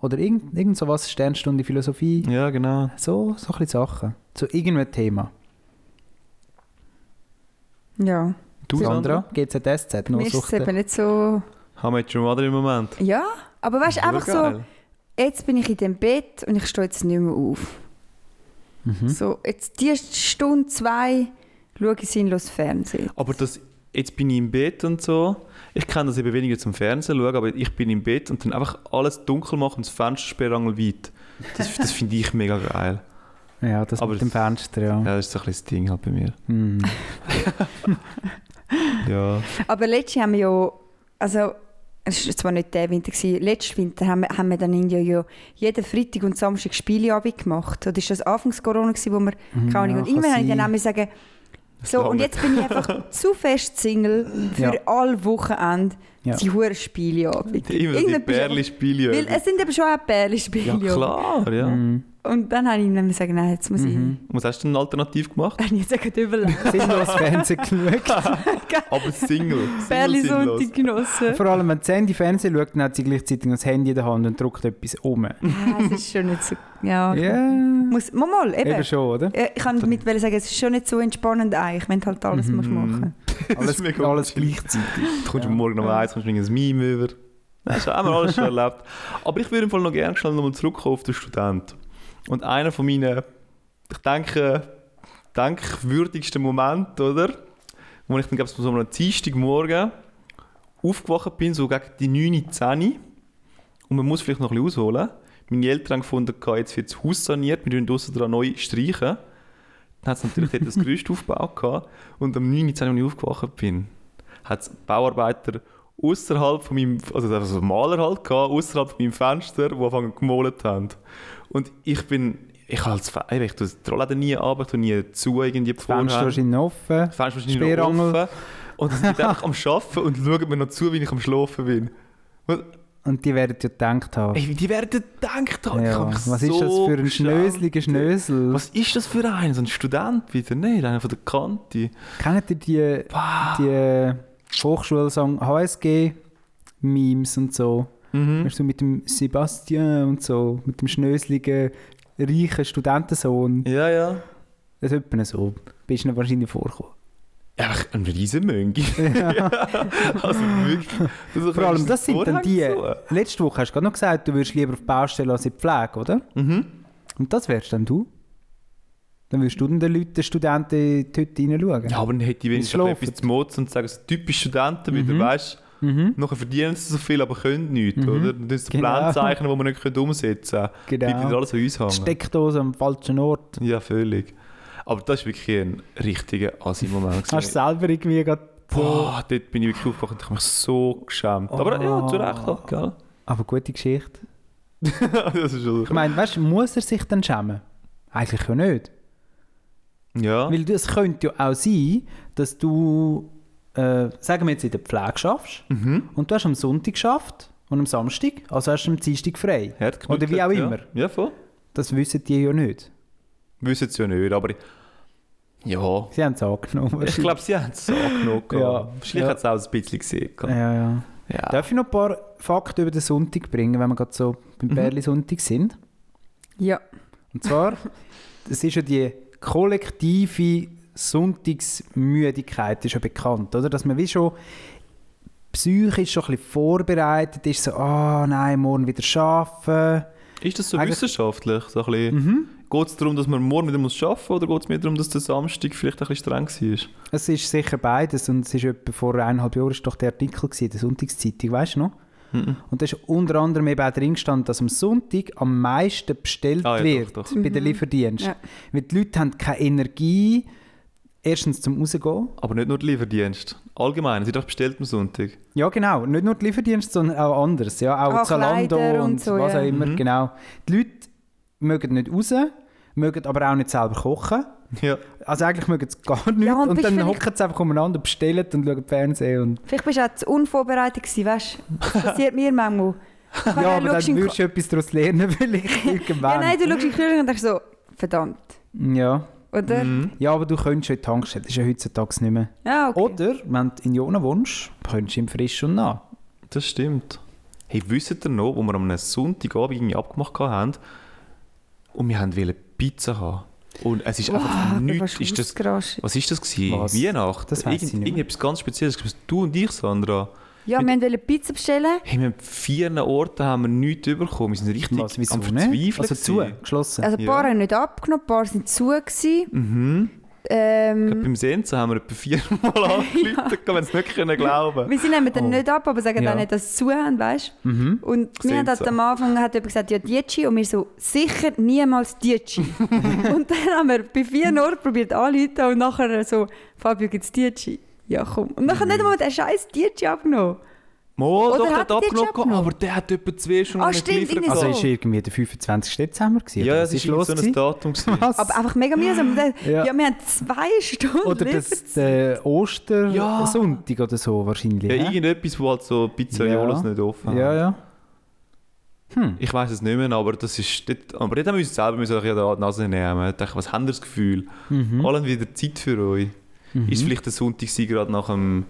S5: oder irgend, irgend so was, Sternstunde Philosophie.
S3: Ja, genau.
S5: So, so ein bisschen Sachen. Zu irgendeinem Thema.
S4: Ja,
S3: Du,
S5: Sandra, GZSZ,
S4: mir
S5: noch
S4: ist es
S5: Suchten.
S4: eben nicht so...
S3: Haben wir jetzt schon Mother im Moment.
S4: Ja, aber weißt du, einfach so,
S3: Geil.
S4: jetzt bin ich in dem Bett und ich stehe jetzt nicht mehr auf.
S3: Mhm.
S4: So, jetzt die Stunde, zwei, schaue ich sinnlos Fernsehen.
S3: Aber das, jetzt bin ich im Bett und so. Ich kenne das eben weniger zum Fernsehen schauen, aber ich bin im Bett und dann einfach alles dunkel machen und das Fenster sperrangel weit. Das, das finde ich mega geil.
S5: Ja, das
S3: Aber
S5: mit dem
S3: das-
S5: Fenster, ja.
S3: Ja, das ist so ein bisschen das Ding halt bei mir.
S5: Hm.
S3: Ja.
S4: Aber letztes Jahr haben wir ja, also es war zwar nicht der Winter, gewesen, letzten Winter haben wir, haben wir dann in Indien ja jeden Freitag und Samstag Spieleabend gemacht. Oder ist das Anfangs Corona, gewesen, wo wir, keine Ahnung,
S5: ja,
S4: und immer
S5: kann
S4: habe ich dann
S5: sein.
S4: auch sagen, so, und
S3: lange.
S4: jetzt bin ich einfach zu fest Single für
S5: Ja.
S4: alle Wochenende
S5: Ja.
S4: die hohen Spieleabend.
S3: Immer die
S4: Irgendetwas-
S3: Bärli-Spiele.
S4: Weil es sind eben schon auch
S3: Ja,
S4: Pärli-Spiele.
S3: klar, ja.
S5: Hm.
S4: und dann habe ich ihm dann sagen, nein, jetzt muss
S3: Und Was hast du denn alternativ gemacht?
S4: ich, habe ich jetzt gerade überlegt,
S5: Sinnlos Fernsehen geschaut.
S3: Aber Single. Single sinnlos.
S4: Pärli-Sonntag genossen.
S5: Vor allem, wenn das Handy Fernsehen schaut, dann hat sie gleichzeitig noch das Handy in der Hand und drückt etwas um.
S4: Ah, es ist schon nicht so, ja.
S5: Ja,
S4: Okay. Muss, mal, mal, eben.
S5: eben schon, oder?
S4: Ja, ich kann damit wollen sagen, es ist schon nicht so entspannend eigentlich, wenn du halt alles musst machen
S5: Alles,
S3: mega
S5: alles gleichzeitig.
S3: Du kommst morgen noch eins, kommst du ein Meme über. Das Also, haben wir alles schon erlebt. Aber ich würde im Fall noch gerne schnell nochmal zurückkommen auf den Student. Und einer von meinen, ich denke, denkwürdigsten Momente, oder? Wo ich dann, glaube ich, so am Dienstagmorgen aufgewacht bin, so gegen die 9, 10 Uhr. Und man muss vielleicht noch ein bisschen ausholen. Meine Eltern haben gefunden, okay, jetzt wird das Haus saniert, wir dürfen draussen dran neu streichen. Dann hat es natürlich dort das Gerüst aufgebaut. gehabt. Und am 9, Uhr, 10 Uhr, als ich aufgewacht bin, hat es Bauarbeiter außerhalb von meinem, also das war ein Maler halt, gehabt, außerhalb von meinem Fenster, die anfangen gemalt haben. Und ich bin, ich als Fan, ich tue die Rollladen nie ab, ich tue nie zu irgendwie
S5: Fenster
S3: vorher.
S5: wahrscheinlich noch offen.
S3: Das Fenster wahrscheinlich
S5: Sperrangel.
S3: noch offen. Und dann sind die einfach am Arbeiten und schauen mir noch zu, wie ich am Schlafen bin. Und,
S5: Und die werden ja gedacht haben.
S3: ey, die werden gedacht haben, ich
S5: ja.
S3: hab mich
S5: Was
S3: so
S5: ist das für ein
S3: geschämt.
S5: schnöseliger Schnösel?
S3: Was ist das für ein? So ein Student wieder? Nein, einer von der Kante.
S5: Kennt ihr die, äh, die Hochschulsong HSG-Memes und so?
S3: Mhm.
S5: Weißt du, mit dem Sebastian und so, mit dem schnöseligen, reichen Studentensohn.
S3: Ja, ja.
S5: Das ist etwa so. Bist du ihnen wahrscheinlich vorgekommen.
S3: Einfach ein riesen Mönch. also wirklich. Das
S5: Vor allem, das sind dann die. Letzte Woche hast du gerade noch gesagt, du würdest lieber auf die Baustelle als in die Pflege, oder?
S3: Mhm.
S5: Und das wärst dann du. Dann würdest du dann den Leuten, den Studenten in die Hütte hineinschauen.
S3: Ja, aber dann hätte ich wenigstens
S5: schlafen.
S3: etwas zu motzen und zu sagen, so typisch Studenten wieder, weißt du?
S5: Mhm.
S3: Nachher verdienen sie so viel, aber können nichts, oder? Dann ist ein
S5: Genau.
S3: Plan zeichnen, den wir nicht können umsetzen können.
S5: Genau.
S3: Bleibt wieder alles an uns
S5: Die
S3: hängen.
S5: Steckdose am falschen Ort.
S3: Ja, völlig. Aber das war wirklich ein richtiger Assi-Moment.
S5: Hast du
S3: gewesen.
S5: selber irgendwie gerade so...
S3: Boah, dort bin ich wirklich aufgewacht und ich habe mich so geschämt.
S5: Ah.
S3: Aber ja, zu Recht halt, gell?
S5: Aber gute Geschichte.
S3: das ist schon...
S5: Ich meine, weißt du, muss er sich dann schämen? Eigentlich ja nicht.
S3: Ja.
S5: Weil es könnte ja auch sein, dass du, äh, sagen wir jetzt, in der Pflege schaffst
S3: Mhm.
S5: und du hast am Sonntag geschafft und am Samstag, also hast du am Dienstag frei.
S3: Er hat
S5: Oder wie auch
S3: ja.
S5: immer.
S3: Ja, voll.
S5: Das wissen die ja nicht.
S3: Wissen sie ja nicht, aber... Ja.
S5: Sie haben es angenommen.
S3: Ich glaube, sie haben es angenommen.
S5: Ja.
S3: Ja. Wahrscheinlich
S5: Ja.
S3: hat es auch ein bisschen gesehen. gehabt.
S5: Ja, ja.
S3: Ja.
S5: Darf ich noch ein paar Fakten über den Sonntag bringen, wenn wir gerade so beim Berli-Sonntag sind?
S4: Ja.
S5: Und zwar, das ist ja die kollektive Sonntagsmüdigkeit, ist ja bekannt, oder? Dass man wie schon psychisch schon ein bisschen vorbereitet ist, so, ah nein, morgen wieder arbeiten.
S3: Ist das so
S5: Eigentlich- Mhm.
S3: wissenschaftlich? So ein bisschen... Geht es darum, dass man morgen wieder muss arbeiten muss oder geht es mehr darum, dass der Samstag vielleicht ein bisschen streng war?
S5: Es ist sicher beides und es ist etwa vor eineinhalb Jahren ist doch der Artikel gewesen, in der Sonntagszeitung, weißt du noch?
S3: Mhm.
S5: Und da ist unter anderem eben auch drin gestanden, dass am Sonntag am meisten bestellt
S3: Ah, ja,
S5: wird
S3: doch, doch.
S5: bei den Lieferdiensten.
S4: Mhm. Ja.
S5: Weil die Leute haben keine Energie, erstens zum Rausgehen.
S3: Aber nicht nur der Lieferdienst. Allgemein, es wird einfach bestellt am Sonntag.
S5: Ja, genau. Nicht nur die Lieferdienste, sondern auch anderes. Ja, auch
S4: Auch
S5: Zalando und,
S4: Kleider und so,
S5: was
S4: ja.
S5: auch
S3: Mhm.
S5: immer. Genau. Die Leute mögen nicht raus, mögen aber auch nicht selber kochen.
S3: Ja.
S5: Also eigentlich mögen sie gar nicht.
S4: Ja,
S5: und
S4: und bist
S5: dann
S4: vielleicht-
S5: hocken sie einfach umeinander, bestellen und schauen Fernsehen. Und
S4: Vielleicht bist du auch zu unvorbereitet gewesen, weißt du? Das passiert mir manchmal. Ich meine,
S5: ja, aber
S4: schaust in
S5: dann
S4: den
S5: würdest du etwas daraus lernen, vielleicht
S4: Ko- ja,
S5: irgendwann.
S4: nein, du schaust in den Kühlschrank und denkst so, verdammt.
S5: Ja,
S4: oder?
S5: Ja, aber du könntest heute Tankstelle, das ist ja heutzutage nicht mehr.
S4: Ja, okay.
S5: Mhm. Oder, wenn du in Jona wohnst, könntest du ihm frisch und nah.
S3: Das stimmt. Hey, wisst ihr noch, wo wir am Sonntagabend irgendwie abgemacht haben und wir haben wollen Pizza haben? Und es ist
S4: Ah,
S3: einfach nichts. Ist das,
S4: das,
S3: was ist das gewesen?
S5: Was?
S3: Weihnachten?
S5: Das weiss ich nicht mehr.
S3: Irgendetwas ganz Spezielles. Du und ich, Sandra.
S4: ja, wir wollten Pizza bestellen.
S3: Hey, wir haben vier Orten haben wir nichts bekommen. Wir sind richtig
S5: Was, wieso
S3: am Verzweifeln.
S5: nicht? Also zu,
S3: gewesen.
S5: geschlossen.
S4: Also ein
S3: Ja.
S4: paar haben nicht abgenommen, ein paar sind zu. Gewesen. Ähm,
S3: Gerade Beim Sensen haben wir etwa viermal angeläutet, wenn es nicht können glauben
S4: wir sind nehmen dann
S5: Oh.
S4: nicht ab, aber sagen
S5: Ja. Mhm.
S4: dann nicht, dass sie zu haben, weißt du? Und
S3: Sehen
S4: mir hat halt
S3: so.
S4: am Anfang hat jemand gesagt, ja, Dietschi. Und wir so, sicher niemals Dietschi. und dann haben wir bei vier Orten probiert anzuleiten und nachher so, Fabio, gibt es Dietschi? Ja, komm. Und nachher
S5: Mhm.
S4: nicht einmal den scheiß Dietschi abgenommen.
S3: Mal,
S4: Oder
S3: doch, der
S4: hat
S3: hat
S4: der schon
S3: abgenommen,
S4: abgenommen?
S3: aber der hat etwa zwei schon
S4: Ah,
S3: nicht
S4: stimmt,
S3: geliefert.
S4: irgendwie
S5: Also
S4: so.
S5: ist irgendwie der 25. Dezember gewesen?
S3: Ja,
S5: oder?
S3: ja,
S5: Was
S3: es ist
S5: los
S3: irgendwie so ein
S5: gewesen?
S3: Datum. gewesen.
S5: Was?
S4: Aber einfach mega mühsam. Und dann,
S5: Ja.
S4: ja. wir haben zwei Stunden
S5: oder
S4: Lieferzeit.
S5: das äh,
S3: Ja.
S5: Ostersonntag oder so wahrscheinlich.
S3: Ja,
S5: hä?
S3: irgendetwas, wo halt so Pizzaiolos
S5: Ja.
S3: nicht offen haben.
S5: ja, ja.
S3: Ich weiß es nicht mehr, aber das ist dort, aber dort haben wir uns selber müssen ein bisschen an die Nase nehmen. Ich dachte, was haben ihr das Gefühl?
S5: Mhm.
S3: Alle haben wieder Zeit für euch. Ist vielleicht der Sonntag gewesen, gerade nach dem...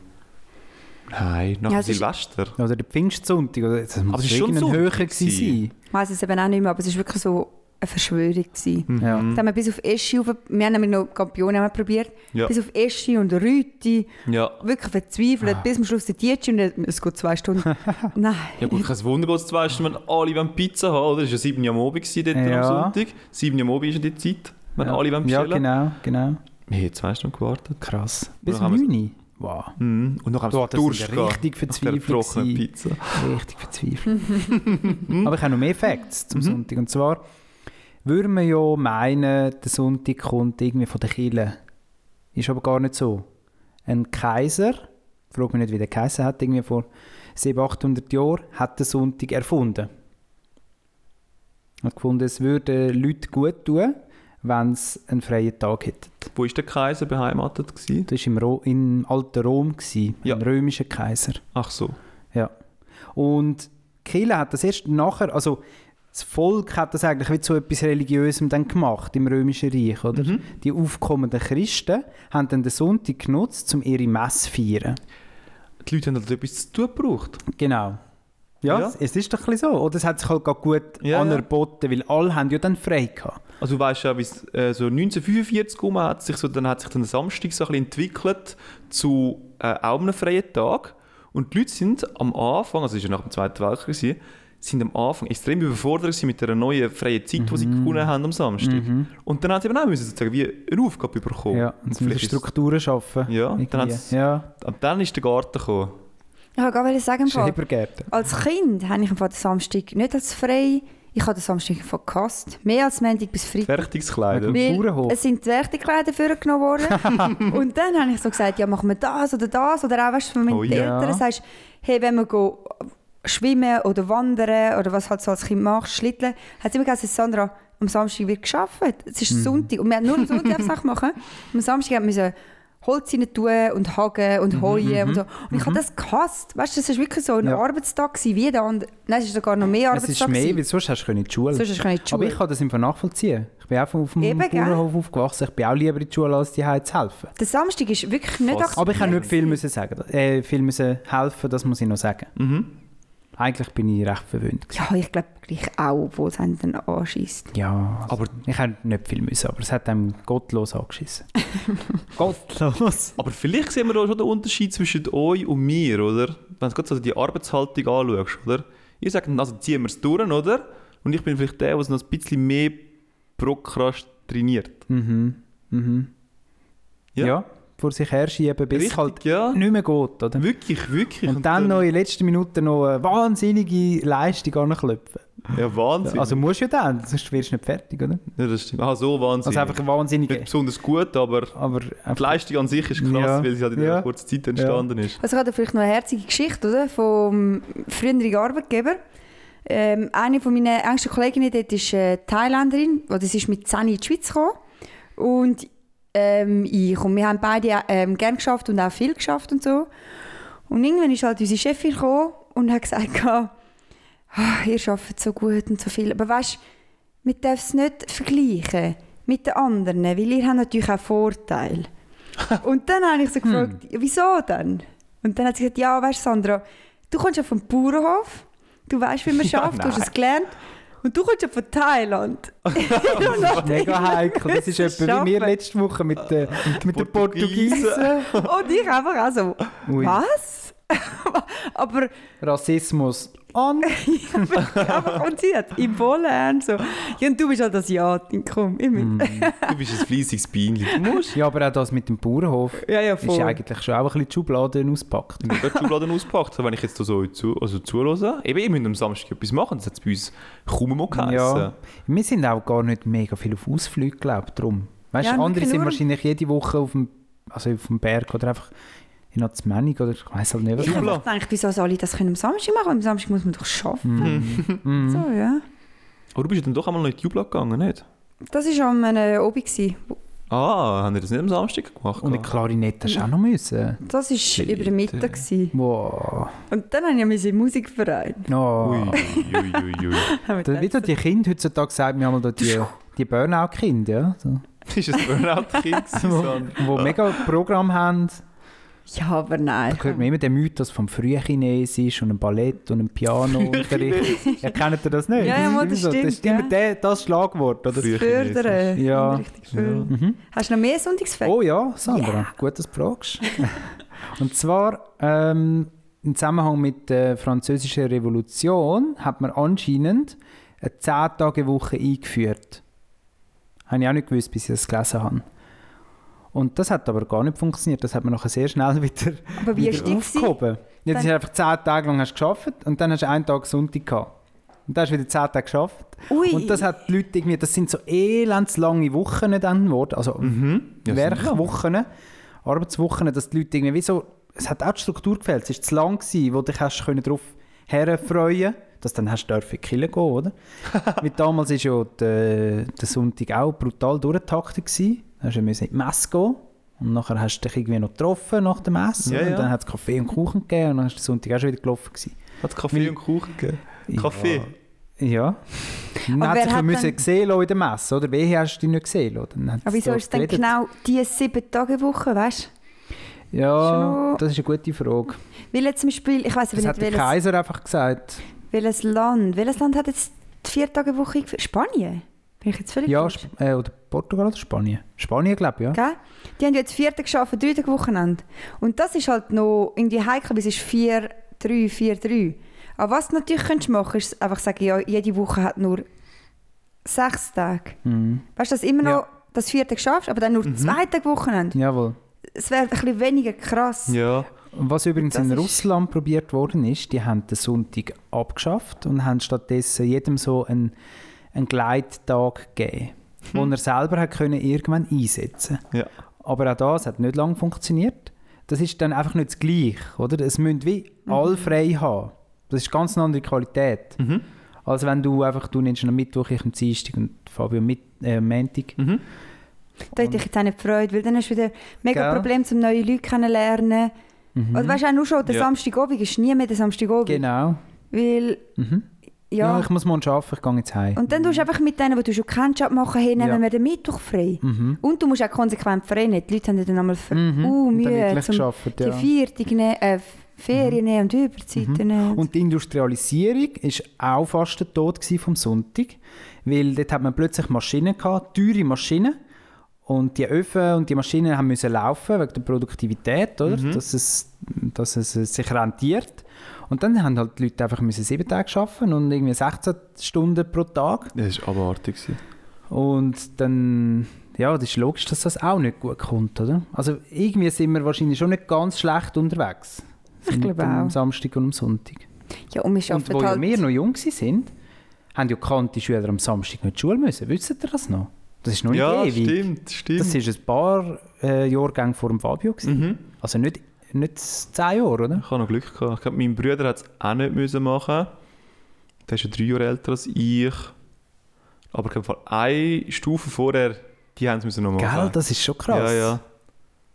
S3: Nein, nach
S4: Ja,
S3: dem
S4: es ist-
S3: Silvester.
S5: Oder der Pfingstsonntag. Oder, das muss
S3: es ist schon
S5: irgendein höher
S3: Sonntag
S5: gewesen
S4: Ich weiß es eben auch nicht mehr, aber es war wirklich so eine Verschwörung. Gewesen.
S5: sein. Ja.
S3: Mhm.
S4: Das haben wir bis auf Eschi, auf, wir haben nämlich noch Campione haben wir probiert,
S3: Ja.
S4: bis auf Eschi und Rüti,
S3: Ja.
S4: wirklich verzweifelt, bis am Schluss der Dietschi und dann- es geht zwei Stunden. Nein.
S3: Ja gut, kein Wunder, dass zwei Stunden, wenn alle wollen Pizza haben oder? Es war ja 7 Uhr am Abend gewesen, dort
S5: Ja.
S3: am Sonntag. 7 Uhr am Abend ist ja die Zeit, wenn alle wollen
S5: Ja,
S3: bestellen.
S5: genau, genau.
S3: Wir haben zwei Stunden gewartet.
S5: Krass. Bis
S3: haben wir's-
S5: 9 Wow.
S3: Mhm. Und noch haben
S5: Boah,
S3: wir
S5: das sind
S3: Durst gehabt
S5: richtig
S3: nach dieser
S5: verzweifelt
S3: trockenen
S5: gewesen.
S3: Pizza.
S5: Richtig verzweifelt. Mhm. Aber ich habe noch mehr Facts
S3: Mhm.
S5: zum Sonntag. Und zwar würde man ja meinen, der Sonntag kommt irgendwie von der Kirche. Ist aber gar nicht so. Ein Kaiser, frag mich nicht, wie der Kaiser hat, irgendwie vor 700, 800 Jahren, hat den Sonntag erfunden. Er Hat gefunden, es würde Leute gut tun, wenn sie einen freien Tag hätten.
S3: Wo war der Kaiser beheimatet? Gewesen?
S5: Das war im, Ro im alten Rom, gewesen,
S3: Ja.
S5: ein römischer Kaiser.
S3: Ach so.
S5: Ja. Und Kille hat das erst nachher, also das Volk hat das eigentlich wie zu etwas Religiösem dann gemacht im Römischen Reich, oder?
S3: Mhm.
S5: Die aufkommenden Christen haben dann den Sonntag genutzt, um ihre Messe zu feiern.
S3: Die Leute haben halt etwas zu tun gebraucht.
S5: Genau. Ja,
S3: Ja.
S5: Es, es ist doch ein bisschen so. Oder es hat sich halt gerade gut
S3: Ja, ja.
S5: anerboten, weil alle haben ja dann frei gehabt.
S3: Also du weißt ja, wie es äh, so 1945 rum hat sich so, dann hat sich dann der Samstag so ein bisschen entwickelt zu äh, auch einem freien Tag. Und die Leute sind am Anfang, also es war ja nach dem Zweiten Weltkrieg, gewesen, sind am Anfang extrem überfordert gewesen mit der neuen freien Zeit, die sie
S5: Mhm.
S3: gewonnen haben am Samstag. Und dann haben sie eben auch müssen, sozusagen wie eine Aufgabe bekommen.
S5: Ja, und sie müssen
S3: Oh, Vielleicht ist-
S5: Strukturen schaffen.
S3: Ja, dann
S5: Irgendwie.
S3: hat's-
S5: ja.
S3: Und dann ist der Garten gekommen.
S4: Ich wollte gerade sagen, im Fall,
S5: Schrebergärten.
S4: als Kind habe ich am Fall den Samstag nicht als frei, ich habe den Samstag im Fall gehasst, mehr als Montag bis Freitag.
S3: Fertigungskleider.
S5: Wegen-
S4: Weil
S5: Bauernhof.
S4: es sind Wertigkleider vorgenommen worden. und dann habe ich so gesagt, ja, machen wir das oder das. Oder auch, weißt du, von meinen
S3: Oh
S5: ja.
S4: Eltern sagst, hey, wenn wir go schwimmen oder wandern oder was halt so als Kind machst, schlitteln, hat sie immer gesagt, Sandra, am Samstag wird geschafft. Es
S5: Mhm.
S4: ist Sonntag und wir haben nur am Sonntag Sachen machen. Und am Samstag haben wir müssen Holz rein tun und hagen und heuen und so. Und ich habe das gehasst. Weißt du, das war wirklich so ein
S5: Mhm, Ja.
S4: Arbeitstag gewesen, wie der andere. Nein, es war sogar noch mehr
S5: Es
S4: Arbeitstag.
S5: ist mehr,
S4: gewesen.
S5: weil sonst hast du in die Schule.
S4: Sonst hast du nicht die
S5: Aber
S4: Schule.
S5: ich kann das einfach nachvollziehen. Ich bin auch vom- auf dem
S4: Eben, gell?
S5: Bauernhof aufgewachsen. Ich bin auch lieber in die Schule, als die Hause zu helfen.
S4: Der Samstag ist wirklich nicht
S3: Fast.
S5: Aber ich habe nicht viel, müssen sagen, äh, viel müssen helfen, das muss ich noch sagen.
S3: Mhm.
S5: Eigentlich bin ich recht verwöhnt. gewesen.
S4: Ja, ich glaube gleich auch, obwohl es einen dann anschießt.
S5: Ja, also
S3: Aber-
S5: ich habe nicht viel müssen, aber es hat einem gottlos angeschissen. gottlos?
S3: Aber vielleicht sehen wir da schon den Unterschied zwischen euch und mir, oder? Wenn du gerade so die Arbeitshaltung anschaust, oder? Ihr sagt, also ziehen wir es durch, oder? Und ich bin vielleicht der, der noch ein bisschen mehr prokrastiniert.
S5: Ja.
S3: Ja.
S5: vor sich herschieben, bis es
S3: Richtig,
S5: halt
S3: ja.
S5: nicht mehr geht, oder?
S3: Wirklich, wirklich.
S5: Und dann noch in den letzten Minuten noch eine wahnsinnige Leistung anklopfen.
S3: Ja, Wahnsinn.
S5: Also musst du ja dann, sonst wirst du nicht fertig, oder?
S3: ja, das stimmt. Ah, so Wahnsinn.
S5: Also einfach eine wahnsinnige...
S3: Nicht besonders gut, aber
S5: Aber
S3: die Leistung an sich ist krass,
S5: Ja.
S3: weil sie halt in einer
S5: Ja.
S3: kurzen Zeit entstanden ist.
S4: Also ich habe da vielleicht noch eine herzige Geschichte oder? vom früheren Arbeitgeber. Ähm, eine von meinen engsten Kolleginnen dort ist äh, Thailänderin, oder sie ist mit 10 in die Schweiz gekommen. Und ähm, ich und wir haben beide ähm, gern geschafft und auch viel geschafft und so. Und irgendwann ist halt unsere Chefin gekommen und hat gesagt, ah, ihr arbeitet so gut und so viel. Aber weißt du, man darf es nicht vergleichen. mit den anderen, weil ihr habt natürlich auch Vorteile. Und dann habe ich
S3: Hm.
S4: so gefragt, ja, wieso denn? Und dann hat sie gesagt, ja, weißt du, Sandra, du kommst ja vom Bauernhof, du weißt, wie man
S3: Ja,
S4: schafft, du hast
S3: nein.
S4: es gelernt. Und du kommst ja von Thailand. Und dann-
S5: Mega heikel. Das ist Äh, etwa wie wir
S4: Schaffen.
S5: letzte Woche mit, den mit den
S3: Portugiesen.
S5: Portugiesen.
S4: Und ich einfach auch so,
S5: Ui.
S4: was? aber,
S5: Rassismus an.
S4: aber, und sie hat im Vollen so, ja, und du bist halt das Asiatin, komm, ich
S5: Mhm.
S4: mit.
S3: Du bist ein fleissiges Bienchen.
S5: Ja, aber auch das mit dem Bauernhof
S4: Ja, ja,
S5: ist
S4: voll.
S5: eigentlich schon auch ein bisschen die Schublade auspackt.
S3: Ich habe die Schubladen ausgepackt, wenn ich jetzt da so zu, also zuhöre. Eben, ihr müsst am Samstag etwas machen, das hat es bei uns kaum mal geheissen.
S5: Ja. Wir sind auch gar nicht mega viel auf Ausflüge, glaube ich, drum. Weißt,
S4: Ja,
S5: du, andere
S4: wirklich
S5: sind
S4: nur-
S5: wahrscheinlich jede Woche auf dem, also auf dem Berg oder einfach in Azmenig oder ich weiß halt nicht.
S4: Ich
S5: was.
S4: habe gedacht, wieso soll ich das können am Samstag machen? Am Samstag muss man doch arbeiten.
S5: Mhm.
S4: So, ja.
S3: Aber du bist dann doch einmal noch in die Jubla gegangen, nicht?
S4: Das war an einem Obi. gewesen.
S3: Ah, haben wir das nicht am Samstag gemacht?
S5: Und eine Klarinette hast du auch noch müssen.
S4: Das war über den Mittag. gewesen.
S5: Wow.
S4: Und dann habe ich mich im Musikverein.
S5: Oh.
S3: Ah. Ui, ui, ui, ui.
S5: Da, wie da die Kinder heutzutage sagen wir einmal da die, die Burnout-Kinder, ja, so,
S3: Ist es Burnout-Kind gewesen?
S5: wo mega Programm haben.
S4: Ja, aber
S5: Da
S4: nein.
S5: hört man immer den Mythos vom Frühchinesisch und einem Ballett und einem Pianounterricht. Ja, kennt ihr das nicht?
S4: Ja, ja,
S5: das
S4: mal,
S5: ist immer
S4: das
S5: so. das ist
S4: stimmt,
S5: immer der, das Schlagwort. Oder?
S4: Das
S3: Früher
S4: Fördern.
S5: Ja. Mhm.
S4: Richtig fördern. Hast du noch mehr Sonntagsfest?
S5: Oh ja, Sandra, gut, dass du fragst. und zwar ähm, im Zusammenhang mit der Französischen Revolution hat man anscheinend eine 10-Tage-Woche eingeführt. Habe ich auch nicht gewusst, bis ich das gelesen habe. Und das hat aber gar nicht funktioniert. Das hat man nachher sehr schnell wieder,
S4: aber wie
S5: wieder
S4: hast du dich? gewesen?
S5: aufgehoben. Jetzt hast
S4: Dann-
S5: du einfach 10 Tage lang hast geschafft und dann hast du einen Tag Sonntag gehabt. Und dann hast du wieder 10 Tage geschafft.
S4: Ui.
S5: Und das hat die Leute irgendwie, das sind so elendslange Wochen dann geworden, also
S3: Mhm. Ja,
S5: Werkwochen, Arbeitswochen, dass die Leute irgendwie wie so, es hat auch die Struktur gefehlt, es war zu lang, gewesen, wo dich hast können darauf herfreuen dass dann hast du dürfen killen gehen, oder? Weil damals war ja der, der Sonntag auch brutal durchgetaktet. gewesen. Da hast du müssen in die Messe gehen und nachher hast du dich irgendwie noch getroffen nach der Messe
S3: Ja,
S5: oder?
S3: ja.
S5: und dann hat es Kaffee und Kuchen gegeben und dann ist der Sonntag auch schon wieder gelaufen. Gewesen.
S3: Hat es Kaffee und Kuchen gegeben? Kaffee?
S5: Ja. Man
S4: Aber
S5: hat
S4: wer
S5: sich ja
S4: hat
S5: müssen
S4: dann-
S5: gesehen lassen in der Messe, oder? Wehe hast du dich nicht gesehen lassen. Dann hat's
S4: Aber wieso
S5: dort
S4: ist es dann
S5: geredet.
S4: genau diese sieben Tage Woche, weißt du?
S5: Ja,
S4: Schon-
S5: das ist eine gute Frage.
S4: Weil jetzt zum Beispiel, ich weiß
S5: Das
S4: aber nicht,
S5: hat der
S4: welches,
S5: Kaiser einfach gesagt.
S4: welches Land, welches Land hat jetzt die vier Tage Woche eingeführt? Spanien? Bin ich jetzt völlig
S5: Ja,
S4: falsch?
S5: Sp äh, oder Portugal oder Spanien? Spanien, glaube ich, ja.
S4: Gell? Die haben ja jetzt vier Tage geschafft, drei Tage Wochenende. Und das ist halt noch irgendwie heikel, weil es ist 4, 3, 4, 3. Aber was du natürlich könntest machen, ist einfach sagen, ja, jede Woche hat nur sechs Tage. Weißt du, dass du immer
S5: Mhm. Ja. Mhm.
S4: noch das vierte schaffst, aber dann nur zwei Tage Wochenende.
S5: Jawohl.
S4: Es wäre ein bisschen weniger krass.
S3: Ja.
S5: Und Was übrigens
S4: Das
S5: in
S4: ist-
S5: Russland probiert worden ist, die haben den Sonntag abgeschafft und haben stattdessen jedem so einen, einen Gleittag gegeben,
S4: Hm.
S5: den er selber hat können irgendwann einsetzen
S3: Ja.
S5: Aber auch das hat nicht lange funktioniert. Das ist dann einfach nicht das Gleiche, oder? Es müssen wie alle frei haben. Das ist ganz eine andere Qualität. Als wenn du einfach, du nimmst am Mittwoch, ich am Dienstag und Fabio am Mit- äh, am Montag.
S4: Da hätte ich jetzt auch nicht gefreut, weil dann hast du wieder mega
S5: Gell? Mhm.
S4: Problem, um neue Leute kennenzulernen. Oder weißt du, auch nur schon, der
S3: Ja.
S4: Samstagabend ist nie mehr der Samstagabend.
S5: Genau. Mhm.
S4: Weil,
S5: Ja.
S4: ja.
S5: ich muss morgen arbeiten, ich gehe jetzt heim.
S4: Und dann tust du einfach mit denen, die du schon kennst, abmachen, hey, nehmen
S5: Ja. Mhm.
S4: wir den Mittwoch frei. Und du musst auch konsequent freien. Die Leute haben ja dann einmal für uh,
S5: Und dann
S4: Mühe,
S5: wirklich geschafft, ja. Mhm.
S4: die Viertag nehmen, äh, Ferien nehmen und Überzeiten nehmen.
S5: Und die Industrialisierung ist auch fast der Tod gewesen vom Sonntag, weil dort hat man plötzlich Maschinen gehabt, teure Maschinen und die Öfen und die Maschinen haben müssen laufen wegen der Produktivität, oder?
S4: Mhm.
S5: Dass, es, dass es sich rentiert. Und dann haben halt die Leute einfach müssen sieben Tage arbeiten und irgendwie 16 Stunden pro Tag.
S3: Das war abartig. gewesen.
S5: Und dann, ja, das ist logisch, dass das auch nicht gut kommt, oder? Also irgendwie sind wir wahrscheinlich schon nicht ganz schlecht unterwegs. So
S4: Ich
S5: mit
S4: glaube
S5: Am
S4: auch.
S5: Samstag und am Sonntag.
S4: ja, und wir
S5: Und
S4: schaffen
S5: wo ja
S4: halt...
S5: wir noch jung waren, haben ja kannte Schüler am Samstag nicht zur Schule müssen. Wisst ihr das noch? Das ist noch nicht
S3: Ja,
S5: ewig.
S3: stimmt, stimmt.
S5: Das ist ein paar äh, Jahrgänge vor dem Fabio. Mhm. Also nicht, nicht zehn Jahre, oder?
S3: Ich habe noch Glück gehabt. Ich glaube, mein Bruder hat es auch nicht müssen machen. Der ist ja drei Jahre älter als ich. Aber ich glaube, eine Stufe vorher, die haben es müssen noch machen.
S5: Gell, das ist schon krass.
S3: Ja, ja.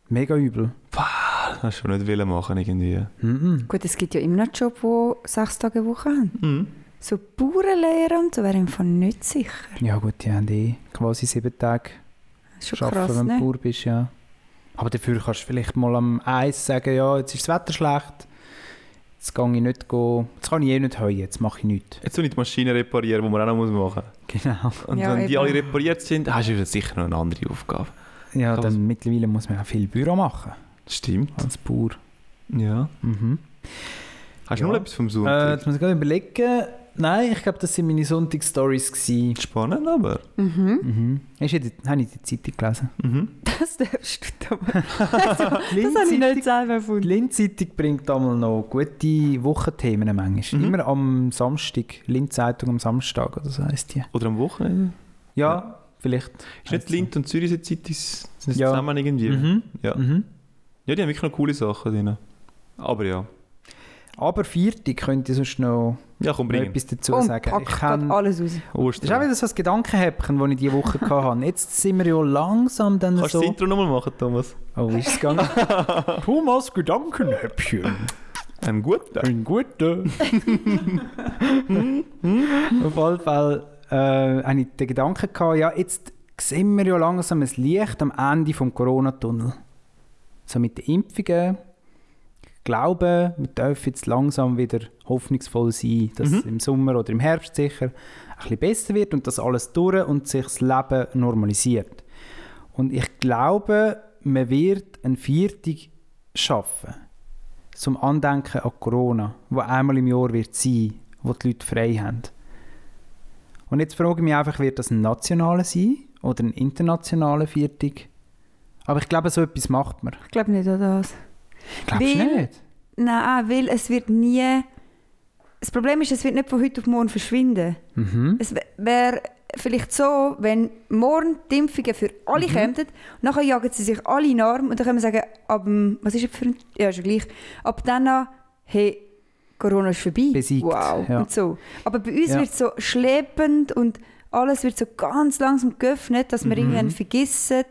S5: Mega übel. Mhm.
S3: Das hast du schon nicht wollen machen irgendwie.
S5: Mhm.
S4: Gut, es gibt ja immer noch Jobs, die sechs Tage Woche haben. So Bauernlehre und so wäre ihm von nicht sicher.
S5: Ja gut, die haben eh quasi sieben Tage
S4: Das ist schon
S5: arbeiten,
S4: krass,
S5: wenn du
S4: ne?
S5: Bauer bist, ja. Aber dafür kannst du vielleicht mal am Eis sagen, ja, jetzt ist das Wetter schlecht, jetzt kann ich nicht gehen, jetzt kann ich eh nicht heuen, jetzt mache ich nichts.
S3: Jetzt soll ich die Maschine reparieren, die man auch noch machen muss.
S5: Genau.
S3: Und
S4: Ja,
S3: wenn die
S4: eben.
S3: alle repariert sind, hast du wieder sicher noch eine andere Aufgabe.
S5: Ja,
S3: Krass.
S5: dann mittlerweile muss man auch viel Büro machen
S3: Stimmt.
S5: Also als Bauer.
S3: Ja.
S5: Mhm.
S3: Hast du
S5: Ja.
S3: noch etwas vom
S5: Äh,
S3: Sonntag?
S5: jetzt muss ich gerade überlegen. Nein, ich glaube, das waren meine Sonntagsstories. gewesen.
S3: Spannend aber.
S4: Mhm.
S5: Mhm. Hast du die, habe ich die Zeitung gelesen?
S3: Mhm.
S4: Das darfst du da mal.
S5: Die
S4: Das habe ich
S5: Linz-Zeitung-
S4: nicht selber
S5: die
S4: gefunden.
S5: Linz-Zeitung bringt einmal noch gute Wochenthemen manchmal.
S3: Mhm.
S5: Immer am Samstag. Linz-Zeitung am Samstag oder so heisst die.
S3: Oder am Wochenende.
S5: Ja, vielleicht.
S3: Ist nicht Lind und Zürichsee Zeit ist sind das
S5: Ja.
S3: zusammen irgendwie?
S5: Mhm.
S3: Ja.
S5: Mhm.
S3: ja, die haben wirklich noch coole Sachen drin. Aber ja.
S5: Aber vierte könnte ich sonst noch
S3: Ja, komm, bringen.
S5: etwas dazu
S4: Und
S5: sagen.
S4: packt
S5: Ich
S4: grad
S5: kann-
S4: alles raus.
S5: das ist auch wieder so ein Gedankenhäppchen, das ich diese Woche hatte. Jetzt sind wir ja langsam dann
S3: Kannst du
S5: so...
S3: das Intro nochmal machen, Thomas?
S5: Oh, wie ist es gegangen? Thomas Gedankenhäppchen.
S3: Ein guter.
S5: Ein guter. Auf jeden Fall äh, hatte ich den Gedanken, gehabt, ja, jetzt sehen wir ja langsam ein Licht am Ende des Corona-Tunnels. So mit den Impfungen. Ich glaube, wir dürfen jetzt langsam wieder hoffnungsvoll sein, dass es im Sommer oder im Herbst sicher ein bisschen besser wird und dass alles durch und sich das Leben normalisiert. Und ich glaube, man wird ein Viertig schaffen zum Andenken an Corona, wo einmal im Jahr wird sein, wo die Leute frei haben. Und jetzt frage ich mich einfach, wird das ein nationaler sein oder ein internationaler Viertig? Aber ich glaube, so etwas macht man.
S4: Ich glaube nicht an das.
S5: Glaubst du
S4: Weil-
S5: nicht?
S4: Nein, weil es wird nie... Das Problem ist, es wird nicht von heute auf morgen verschwinden.
S5: Mhm.
S4: Es wäre vielleicht so, wenn morgen die Impfungen für alle
S5: Mhm.
S4: kämen, nachher jagen sie sich alle in den Arm und dann können wir sagen, ab, dem- was ist das für ein, ja, ist ja gleich, ab dann an, hey, Corona ist vorbei.
S5: Besiegt,
S4: wow.
S5: ja.
S4: Und so. Aber bei uns
S5: Ja.
S4: wird es so schleppend und alles wird so ganz langsam geöffnet, dass wir
S5: Mhm.
S4: irgendwann vergessen.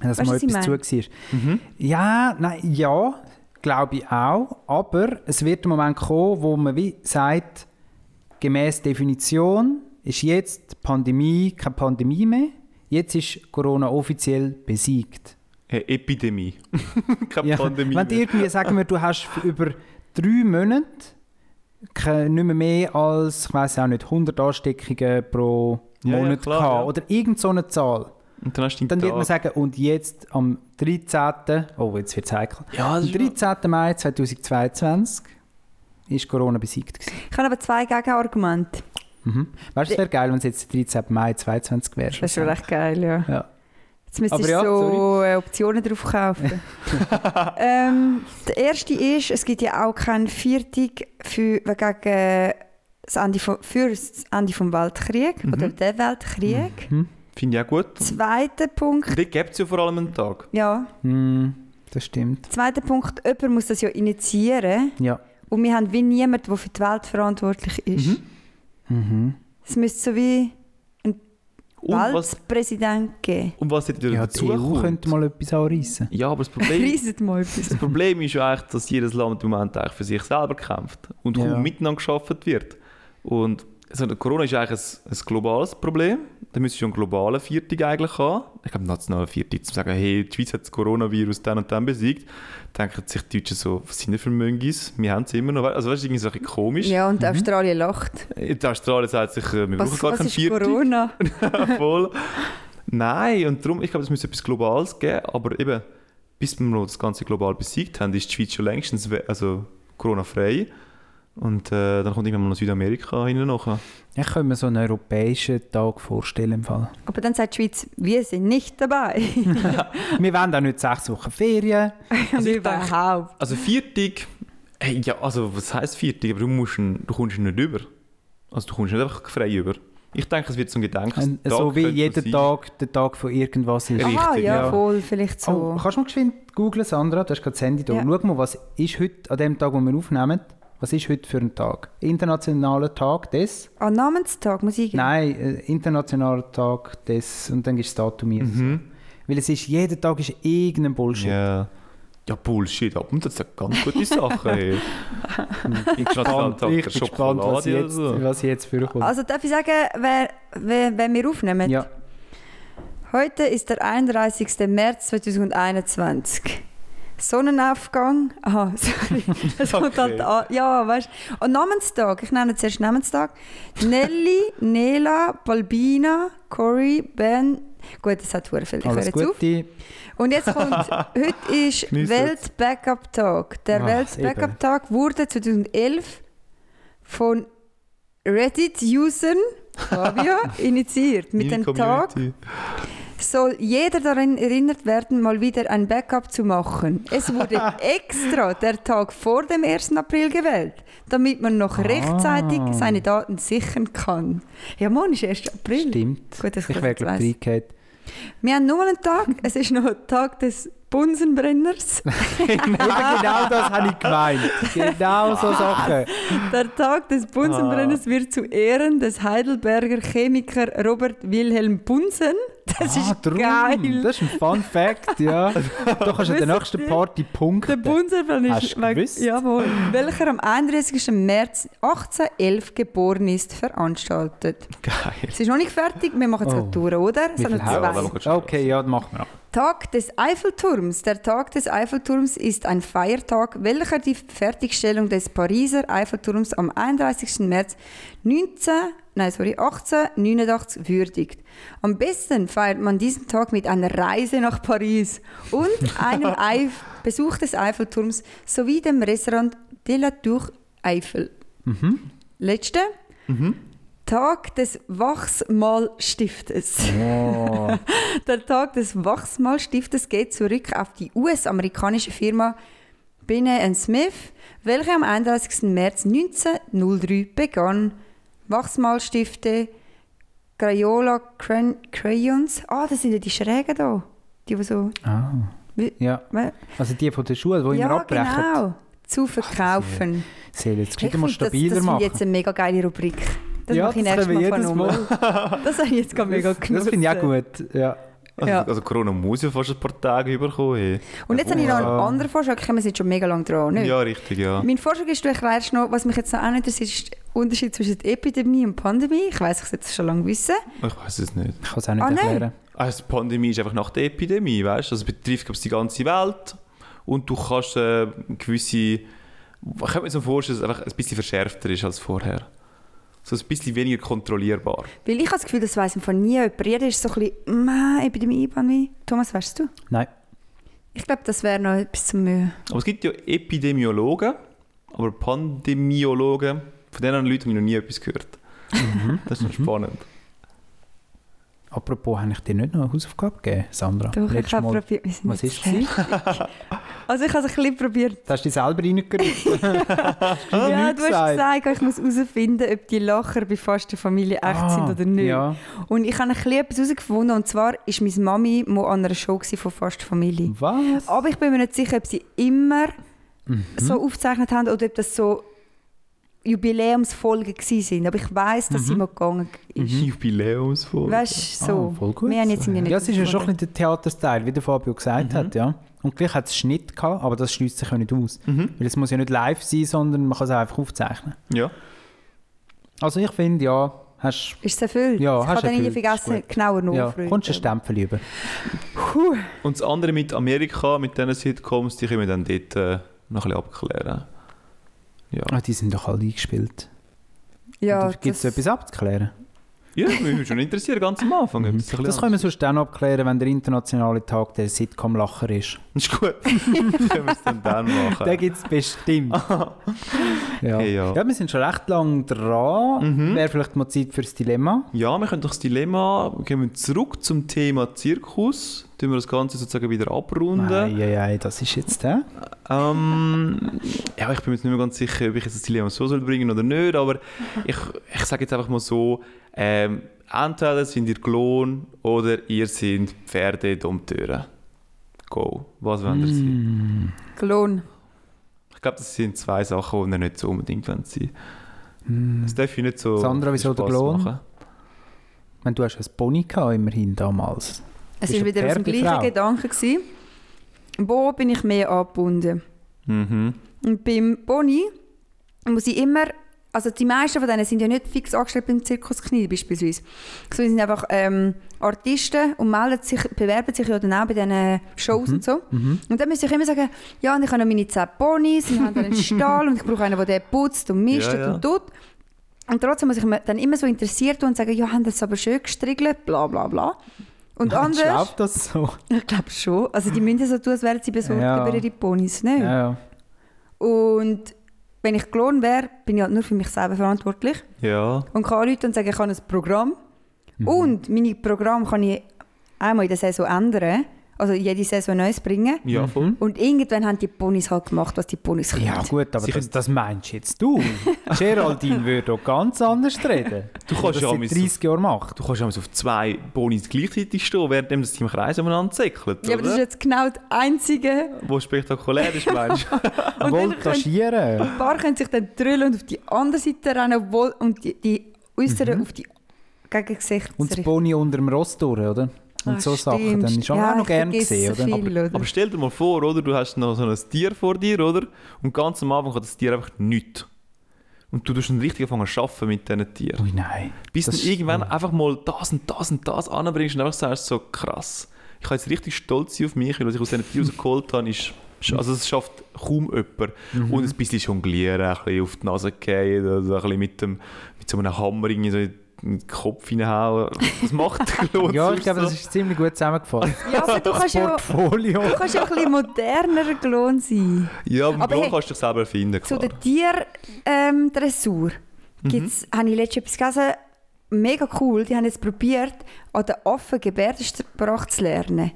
S5: Dass
S4: Weißt du,
S5: mal
S4: was ich
S5: etwas zu
S4: meine?
S5: war. Mhm. Ja, nein, ja, glaube ich auch. Aber es wird ein Moment kommen, wo man wie sagt, gemäß Definition ist jetzt die Pandemie keine Pandemie mehr. Jetzt ist Corona offiziell besiegt.
S3: Hey, Epidemie. Keine
S5: Ja,
S3: Pandemie.
S5: Wenn du
S3: mehr.
S5: irgendwie, sagen wir, du hast für über drei Monate ke- nicht mehr, mehr als, ich weiß auch nicht, 100 Ansteckungen pro
S3: Ja, ja,
S5: Monat
S3: klar,
S5: gehabt
S3: ja.
S5: oder irgend so eine Zahl.
S3: Und dann hast du
S5: Dann
S3: deinen
S5: wird man
S3: Tag.
S5: sagen, und jetzt am 13. Oh, jetzt wird es heikel.
S3: Ja, das ist
S5: Am
S3: schon-
S5: 13. Mai 2022 ist Corona besiegt. Gewesen.
S4: Ich habe aber zwei Gegenargumente.
S5: Mhm. Weißt du, es wäre geil, wenn es jetzt der 13. Mai 2022 wäre.
S4: Das ist schon recht geil, ja.
S5: Ja.
S4: Jetzt müsstest
S5: Aber ja,
S4: du so äh, Optionen drauf kaufen. ähm, der erste ist, es gibt ja auch keinen Viertig für, gegen das Ende von, für das Ende des Weltkriegs
S5: Mhm.
S4: oder der Weltkrieg.
S3: Finde ich auch gut.
S4: Zweiter Punkt,
S3: Und dort gibt es ja vor allem einen Tag.
S4: ja.
S5: Mm, das stimmt.
S4: Zweiter Punkt, jemand muss das ja initiieren.
S5: Ja.
S4: Und wir haben wie niemanden, der für die Welt verantwortlich ist.
S5: Mhm.
S4: Es müsste so wie ein
S3: Und was,
S4: Weltpräsident geben.
S3: und was jetzt wieder
S5: ja,
S3: dazu
S5: die EU könnte mal etwas anreissen.
S3: Ja, aber das Problem,
S4: Reiset mal etwas.
S3: das Problem ist ja eigentlich, dass jedes Land im Moment eigentlich für sich selber kämpft und
S5: Ja.
S3: kaum miteinander geschaffen wird. Und also Corona ist eigentlich ein, ein globales Problem. Da müsstest du einen globalen Viertig eigentlich haben. Ich glaube, einen nationalen Viertig, um zu sagen, hey, die Schweiz hat das Coronavirus dann und dann besiegt. Denken sich die Deutschen so, was sind denn für Möngis? Wir haben es immer noch. Also, weißt du, irgendwie so ein bisschen komisch.
S4: Ja, und Australien lacht.
S3: Die Australien sagt sich, äh, wir Mhm. brauchen
S4: Was,
S3: gar
S4: was
S3: keinen
S4: ist
S3: Viertig.
S4: Corona?
S3: Voll. Nein, und darum, ich glaube, es müsste etwas Globales geben, aber eben, bis wir noch das Ganze global besiegt haben, ist die Schweiz schon längstens we- also Corona-frei. Und äh, dann kommt irgendwann mal noch Südamerika hinein. nachher.
S5: Ich könnte mir so einen europäischen Tag vorstellen im Fall.
S4: Aber dann sagt die Schweiz, wir sind nicht dabei.
S5: Wir wollen auch nicht sechs Wochen Ferien.
S3: Also ich
S4: Überhaupt.
S3: Also Viertig, hey, ja, also was heisst Viertig? Aber du, musst, ihn- du kommst ihn nicht über. Also du kommst nicht einfach frei über. Ich denke, es wird so ein Gedanken.
S5: Ein- Äh, so wie jeden Tag der Tag von irgendwas ist.
S3: Ja.
S4: Aha,
S3: Richtig,
S4: ja,
S3: ja.
S4: voll, vielleicht so.
S5: Oh, kannst du mal geschwind googlen, Sandra? Du hast gerade das Handy da.
S4: Ja.
S5: Schau mal, was ist heute, an dem Tag, wo wir aufnehmen, was ist heute für ein Tag? Internationaler Tag des?
S4: An Namenstag muss ich
S5: Nein, äh, internationaler Tag des. Und dann gibst du das Datum hier.
S3: Mhm.
S5: Weil es ist, jeden Tag ist irgendein Bullshit.
S3: Ja. Ja, Bullshit, ab und zu sind ganz gute Sachen. Ey.
S5: Ich bin gespannt,
S3: Alter,
S5: ich bin gespannt was,
S3: Schokolade
S5: jetzt,
S3: oder so.
S5: was jetzt für kommt.
S4: Also darf ich sagen, wer, wer, wenn wir aufnehmen?
S5: ja.
S4: Heute ist der 31. März 2021. Sonnenaufgang. Aha, sorry. Es kommt halt an. Ja, weißt du. Und Namenstag. Ich nenne zuerst Namenstag. Nelly, Nela, Balbina, Cory, Ben. Gut, das hat hure viel. Ich höre
S5: Alles
S4: jetzt auf.
S5: Gute.
S4: Und jetzt kommt, heute ist
S3: Geniesst
S4: Welt-Backup-Tag. Der
S5: Ah,
S4: Welt-Backup-Tag wurde 2011 von Reddit-Usern, Fabio, initiiert. Mit
S3: Meine
S4: dem Tag
S3: Community.
S4: soll jeder daran erinnert werden, mal wieder ein Backup zu machen. Es wurde extra der Tag vor dem 1. April gewählt, damit man
S3: Ah.
S4: noch rechtzeitig seine Daten sichern kann. Ja, morgen ist 1. April.
S5: Stimmt.
S4: Gut, dass ich
S5: ich
S4: das
S5: wäre,
S4: jetzt
S5: glaube
S4: weiss.
S5: ich, reingehört.
S4: Wir haben nur einen Tag, es ist noch der Tag des Bunsenbrenners.
S5: Eben genau das habe ich gemeint. Genau so Sachen.
S4: Der Tag des Bunsenbrenners
S5: Ah.
S4: wird zu Ehren des Heidelberger Chemiker Robert Wilhelm Bunsen. Das
S5: Ah,
S4: ist
S5: drum.
S4: geil.
S5: Das ist ein Fun Fact, ja. Da kannst du an der
S4: Wisst
S5: nächsten
S4: ihr?
S5: Party
S4: der
S5: punkten.
S4: Bunsenbrenner
S5: Hast
S4: ist
S5: du gewusst?
S4: jawohl, welcher am 31. März 1811 geboren ist, veranstaltet.
S3: Geil.
S4: Es ist noch nicht fertig, wir machen jetzt
S5: Oh.
S4: gerade Tour, oder? Es
S5: Wie
S4: sind
S5: viel
S4: noch
S5: haben
S3: Ja,
S5: wir?
S4: zwei.
S3: dann machen wir schon.
S5: Okay, ja, mach mal.
S4: Tag des Eiffelturms. Der Tag des Eiffelturms ist ein Feiertag, welcher die Fertigstellung des Pariser Eiffelturms am 31. März 19, nein, sorry, 1889 würdigt. Am besten feiert man diesen Tag mit einer Reise nach Paris und einem Eif Besuch des Eiffelturms sowie dem Restaurant De la Tour Eiffel. Letzte. Tag des Wachsmalstiftes. Der Tag des Wachsmalstiftes geht zurück auf die US-amerikanische Firma Binney Smith, welche am 31. März 1903 begann. Wachsmalstifte, Crayola Crayon, Crayons. Ah, das sind ja die Schrägen da. Die, die so.
S5: Ah.
S4: Wie-
S5: Ja,
S4: we-
S5: also die von der Schule, die immer
S4: ja,
S5: abbrechen.
S4: genau. Zu verkaufen.
S5: Sie haben jetzt
S4: Ich
S5: gescheit
S4: finde,
S5: mal
S4: das, das
S5: stabiler
S4: finde
S5: machen.
S4: ich jetzt eine mega geile Rubrik. Das
S5: Ja,
S4: mache ich
S5: das
S4: nächstes
S5: können
S4: Mal von
S5: wir jedes
S4: Mal. Das habe ich jetzt gerade mega
S5: das
S4: genossen.
S5: finde ich auch gut. Ja.
S3: Also,
S4: Ja.
S3: also Corona muss ja fast ein paar Tage überkommen. Ey.
S4: Und jetzt habe ich noch einen
S5: Ja.
S4: anderen Vorschlag. Wir sind schon mega lange dran. Nicht?
S3: Ja, richtig, ja.
S4: Mein Vorschlag ist, du erklärst noch, was mich jetzt noch auch interessiert, ist der Unterschied zwischen der Epidemie und Pandemie. Ich weiß, ich es jetzt schon lange wissen.
S3: Ich weiß es nicht.
S5: Ich kann es auch nicht
S4: Ah, nein.
S5: erklären.
S3: Also die Pandemie ist einfach nach der Epidemie, weißt du? Also es betrifft glaub, ich, die ganze Welt und du kannst äh, gewisse... Ich könnte mir so vorstellen, dass es einfach ein bisschen verschärfter ist als vorher. So ein bisschen weniger kontrollierbar.
S4: Weil ich habe das Gefühl, das weiss einfach nie jemand. Jeder ist so ein bisschen, «Mä, Epidemie, Pandemie. Thomas, weißt du?
S5: Nein.
S4: Ich glaube, das wäre noch etwas zum äh, Mühe.
S3: Aber es gibt ja Epidemiologen, aber Pandemiologen, von denen Leuten habe ich noch nie etwas gehört.
S4: Mhm.
S3: Das ist noch spannend.
S5: Apropos, habe ich dir nicht noch eine Hausaufgabe gegeben, Sandra?
S4: Doch, ich
S5: Letztes
S4: habe
S5: Mal.
S4: probiert. wir sind
S5: Was
S4: jetzt
S5: ist
S4: sehr-
S5: sie?
S4: Also ich habe es ein bisschen probiert.
S5: Das hast du dich selber reingerufen.
S4: ja, du hast
S5: gesagt.
S4: gesagt, ich muss herausfinden, ob die Lacher bei fast der Familie echt sind oder nicht.
S5: Ah, Ja.
S4: Und ich habe ein bisschen etwas herausgefunden. Und zwar war meine Mami mal an einer Show gewesen von fast Familie.
S5: Was?
S4: Aber ich bin mir nicht sicher, ob sie immer
S5: Mhm.
S4: so aufgezeichnet haben oder ob das so Jubiläumsfolgen gewesen sind. Aber ich weiß, dass sie mal gegangen ist.
S3: Jubiläumsfolge.
S4: Mhm. Weißt du, so.
S5: Mhm. Ah, voll gut.
S4: Wir haben jetzt irgendwie nicht Mhm.
S5: Ja, es ist ja schon
S4: herausgefunden.
S5: ein bisschen der Theaterstyle, wie der Fabio gesagt hat, ja. Und gleich hat es Schnitt gehabt, aber das schließt sich ja nicht aus.
S4: Mhm.
S5: Weil es muss ja nicht live sein, sondern man kann es auch einfach aufzeichnen.
S3: Ja.
S5: Also ich finde, ja, hast
S4: Ist es erfüllt?
S5: Ja,
S4: ich
S5: hast
S4: habe dann irgendwie
S5: erfüllt. Ist
S4: vergessen,
S5: gut.
S4: genauer
S5: ja,
S4: nachfragen.
S5: kannst du einen Stempel über.
S3: Und das andere mit Amerika, mit diesen Sitcoms, die können wir dann dort äh, noch ein bisschen abklären. Ja.
S5: Ah, die sind doch alle eingespielt.
S4: ja,
S5: Gibt es
S4: das-
S5: etwas abzuklären?
S3: Ja, mich würde schon interessieren, ganz am Anfang. ob ein bisschen
S5: Mhm. Das können wir sonst dann abklären, wenn der internationale Tag der Sitcom-Lacher ist.
S3: Ist gut. Können wir es dann, dann machen.
S5: Den gibt es bestimmt. ja.
S3: Hey, ja.
S5: ja, wir sind schon recht lang
S4: Mhm.
S5: dran. Wäre vielleicht mal Zeit fürs Dilemma.
S3: ja, wir können doch das Dilemma, gehen wir zurück zum Thema Zirkus, tun wir das Ganze sozusagen wieder
S4: äh?
S3: abrunden.
S5: Nein, ei, ei, das ist jetzt äh? der.
S3: Ähm, ja, ich bin mir jetzt nicht mehr ganz sicher, ob ich jetzt das Dilemma so soll bringen oder nicht, aber ich, ich sage jetzt einfach mal so, ähm, entweder sind ihr Klon oder ihr sind Pferde Dompteure. Go. Was wollt ihr
S5: Mm.
S3: sein?
S4: Klon.
S3: Ich glaube, das sind zwei Sachen, die ihr nicht so unbedingt wollt sein Das darf ich nicht so
S5: Mm. Sandra, wieso der
S3: Spass
S5: Klon?
S3: machen.
S5: Ich meine, du hast ein Pony gehabt, immerhin damals.
S4: Es
S5: Bist
S4: war
S5: eine
S4: wieder aus dem gleichen
S5: Pferdefrau.
S4: Gedanken. Gewesen. Wo bin ich mehr angebunden?
S3: Mhm,
S4: Und beim Pony muss ich immer, also die meisten von denen sind ja nicht fix angestellt beim Zirkus Knie beispielsweise. So, die sind einfach ähm, Artisten und melden sich, bewerben sich ja dann auch bei diesen
S5: Mhm.
S4: Shows und so. Und dann müsste ich immer sagen, ja, und ich habe noch meine zehn Ponys, und haben einen Stall und ich brauche einen, der den putzt und mistet
S3: Ja, ja.
S4: und tut. Und trotzdem muss ich mir dann immer so interessiert tun und sagen, ja, haben das aber schön gestriegelt, bla bla bla. Und anders,
S5: Schläft das so?
S4: ich glaube schon, also die müssen ja so tun, als wären sie besorgt
S5: Ja.
S4: über ihre ne? Ponys, nicht?
S5: Ja, ja.
S4: Und wenn ich gelohnt wäre, bin ich halt nur für mich selber verantwortlich
S3: Ja.
S4: und kann Leute und sagen, ich habe ein Programm.
S5: Mhm.
S4: Und mein Programm kann ich einmal in der Saison ändern, also jede Saison neues bringen.
S3: Ja, voll.
S4: Und irgendwann haben die Ponys halt gemacht, was die Ponys können.
S5: Ja gut, aber
S3: Sie
S5: das, das meinst jetzt du. Geraldine würde auch ganz anders reden.
S3: Du kannst
S5: Weil das
S3: ja
S5: seit
S3: mit-
S5: 30 Jahren macht.
S3: Du kannst ja auf zwei Bonis gleichzeitig stehen, während das Team Kreis umeinander zickelt,
S4: Ja, aber das ist
S3: oder?
S4: jetzt genau das Einzige.
S3: Wo spektakulär ist, meinst du?
S4: Und dann können,
S5: Voltagieren.
S4: ein paar können sich dann drüllen und auf die andere Seite rennen obwohl, und die, die äußeren auf die Gegengesicht.
S5: Mhm. Und das Boni unter dem Rost durch, oder? Und
S4: Ah,
S5: so Sachen.
S4: stimmt.
S5: Dann ist auch
S4: Ja,
S5: noch
S4: ich
S5: gern
S4: vergesse
S5: gesehen,
S4: so
S5: oder?
S4: viel, oder?
S3: Aber stell dir mal vor, oder? Du hast noch so ein Tier vor dir, oder? Und ganz am Anfang hat das Tier einfach nichts. Und du tust dann richtig anfangen zu arbeiten mit diesen Tieren.
S5: Ui, nein.
S3: Bis
S5: Das
S3: du irgendwann einfach mal das und das und das anbringst und einfach sagst, so krass, ich kann jetzt richtig stolz sein auf mich, weil was ich aus diesen Tieren rausgeholt habe, ist. Also, es schafft kaum jemand.
S5: Mhm.
S3: Und ein bisschen jonglieren, ein bisschen auf die Nase gehen, also ein bisschen mit, dem, mit so einem Hammer irgendwie so in den Kopf hineinhauen. Das macht Klotz
S5: Ja,
S3: aus,
S5: ich glaube,
S3: so.
S5: das ist ziemlich gut zusammengefasst.
S4: Ja, aber du kannst ja, du
S5: Portfolio.
S4: kannst ja ein bisschen moderner gelohnt sein.
S3: Ja, aber,
S4: Aber
S3: du
S4: hey,
S3: kannst dich selber finden,
S4: Zu
S3: klar.
S4: der Tierdressur
S3: Mhm.
S4: ähm, gibt's, habe ich letztens etwas gelesen, mega cool, die haben jetzt probiert, an den Affen Gebärdensprache zu lernen.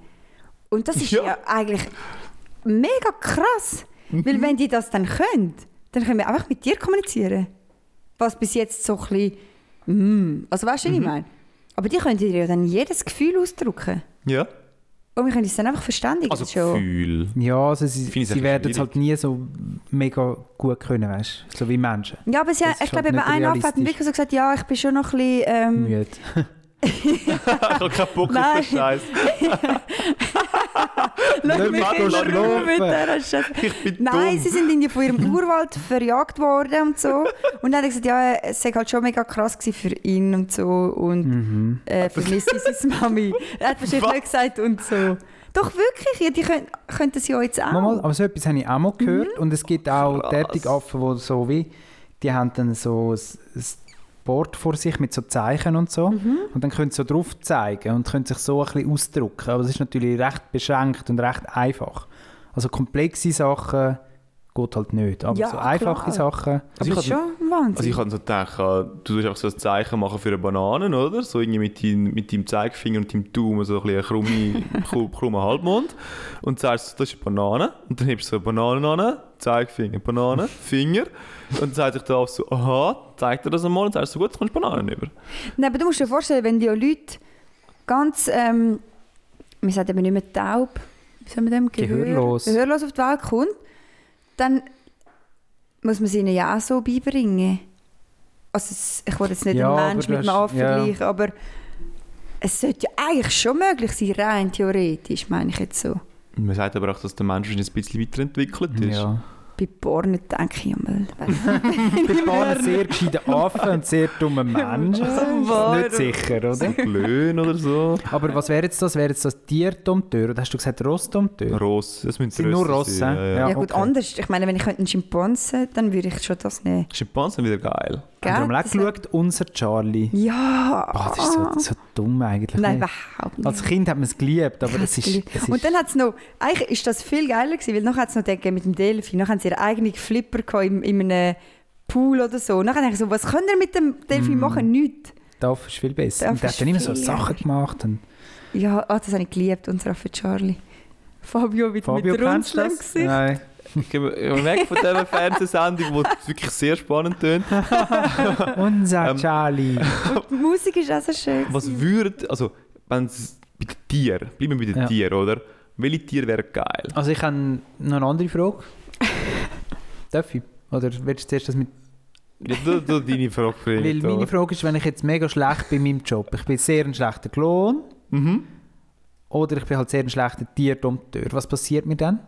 S4: Und das ist
S3: Ja.
S4: ja, eigentlich mega krass,
S3: Mhm.
S4: weil wenn die das dann können, dann können wir einfach mit dir kommunizieren. Was bis jetzt so ein bisschen, mm, also weißt du,
S3: Mhm.
S4: was ich meine? Aber die können dir ja dann jedes Gefühl ausdrücken.
S3: Ja,
S4: Und wir können uns dann einfach verständigen.
S3: also
S4: schon.
S3: Gefühl.
S5: Ja, also sie,
S3: Finde ich
S5: sie
S3: sehr
S5: werden
S3: schwierig.
S5: es halt nie so mega gut können, weißt du? So wie Menschen.
S4: Ja, aber sie,
S5: Das ist
S4: ich glaube,
S5: halt
S4: eben
S5: nicht
S4: einer hat
S5: realistisch.
S4: wirklich so gesagt, ja, ich bin schon noch ein bisschen... Ähm,
S5: Müde.
S3: Ich habe keinen Bock auf
S4: Nein.
S3: den Scheiß.
S4: Lass mich
S5: Lass
S3: mich
S4: in
S3: schlafen.
S4: Ruhe mit dieser Scheiße.
S3: Ich bin
S4: Nein,
S3: dumm.
S4: sie sind irgendwie von ihrem Urwald verjagt worden und so. Und dann hat er gesagt, ja, es sei halt schon mega krass gewesen für ihn und so. Und
S5: Mhm.
S4: äh, vermisst sie seine Mami. Er hat wahrscheinlich nicht gesagt und so. Doch wirklich, ja, die können, könnten sie ja jetzt auch.
S5: Mal, aber so etwas habe ich auch
S4: Mhm.
S5: mal gehört. Und es gibt auch derartige Affen, die so wie, die haben dann so ein, ein Board vor sich mit so Zeichen und so.
S4: Mhm.
S5: Und dann können sie so drauf zeigen und können sich so ein bisschen ausdrücken. Aber es ist natürlich recht beschränkt und recht einfach. Also komplexe Sachen geht halt nicht. Aber
S4: Ja,
S5: so einfache
S4: klar.
S5: Sachen.
S4: aber das ist schon Wahnsinn.
S3: Also ich habe so gedacht, äh, du tust einfach so ein Zeichen machen für eine Banane, oder? So irgendwie mit, dein, mit deinem Zeigefinger und deinem Daumen so ein bisschen einen krummen- kru- krummen Halbmond und sagst, das ist eine Banane und dann hebst du so eine Banane an, Zeigefinger, Banane, Finger und dann sagt sich der Affe so, aha, zeig dir das einmal und sagst so, gut, jetzt kommst du Bananen über.
S4: Nein, aber du musst dir vorstellen, wenn die Leute ganz, ähm, wir sagen eben nicht mehr taub, wie soll man dem
S5: Gehörlos.
S4: Gehörlos auf die Welt kommt, dann muss man sie ihnen ja auch so beibringen. Also es- ich will jetzt nicht
S5: Ja,
S4: einen Mensch
S5: aber
S4: mit
S5: das-
S4: einem Affen
S5: ja.
S4: vergleichen, aber es sollte ja eigentlich schon möglich sein, rein theoretisch, meine ich jetzt so.
S3: Man sagt aber auch, dass der Mensch ein bisschen weiterentwickelt ist.
S5: Ja.
S4: Bei Bornen denke ich einmal.
S5: Bei Bahnen sehr gescheite Affen und sehr dumme Menschen. Nicht sicher, oder?
S3: Löhn oder so.
S5: Aber was wäre jetzt das? Wäre jetzt das Tierdompteur? Oder hast du gesagt Rossdompteur?
S3: Ross, das müssen
S5: Sind nur Rosse,
S3: sein, Ja, ja.
S5: ja.
S4: Ja gut,
S5: okay.
S4: anders. Ich meine, wenn ich könnte einen Schimpansen, dann würde ich schon das nehmen.
S3: Schimpansen wieder geil.
S5: Haben wir mal auch
S4: Das wär-
S5: geschaut, unser Charlie.
S4: Ja.
S5: Boah, das ist so, so dumm eigentlich.
S4: Nein,
S5: nicht?
S4: überhaupt nicht.
S5: Als Kind hat man es geliebt, aber es ist, es ist...
S4: und dann hat es noch, eigentlich ist das viel geiler gewesen, weil nachher hat es noch denken mit dem Delfin, nachher haben sie ihren eigenen Flipper gehabt in, in einem Pool oder so. Nachher denke ich so, was könnt ihr mit dem
S5: Mm.
S4: Delfin machen? Nichts.
S5: der Affe ist viel besser.
S4: Der
S5: Und
S4: Affe
S5: der hat
S4: ist
S5: dann immer so
S4: viel
S5: Sachen gemacht. Und
S4: Ja, ah, das habe ich geliebt, unser Affe Charlie. Fabio wieder
S5: Fabio,
S4: mit
S5: kennst du
S4: Runzeln im
S5: das?
S4: Gesicht.
S5: Nein.
S3: Gehen wir weg von dieser Fernsehsendung, die wirklich sehr spannend tönt.
S5: Unser
S3: Ähm,
S5: Charlie.
S4: Die Musik ist auch so schön.
S3: Was würde, also wenn es bei den Tieren, bleiben wir bei den
S5: Ja.
S3: Tieren, oder? Welche Tiere wären geil?
S5: Also ich habe noch eine andere Frage. Darf ich? Oder willst du zuerst das mit...
S3: Ja, du, du deine Frage bringen.
S5: Weil meine Frage ist, wenn ich jetzt mega schlecht bin in meinem Job. Ich bin sehr ein schlechter Klon.
S3: Mhm.
S5: Oder ich bin halt sehr ein schlechter Tierdompteur. Was passiert mir dann?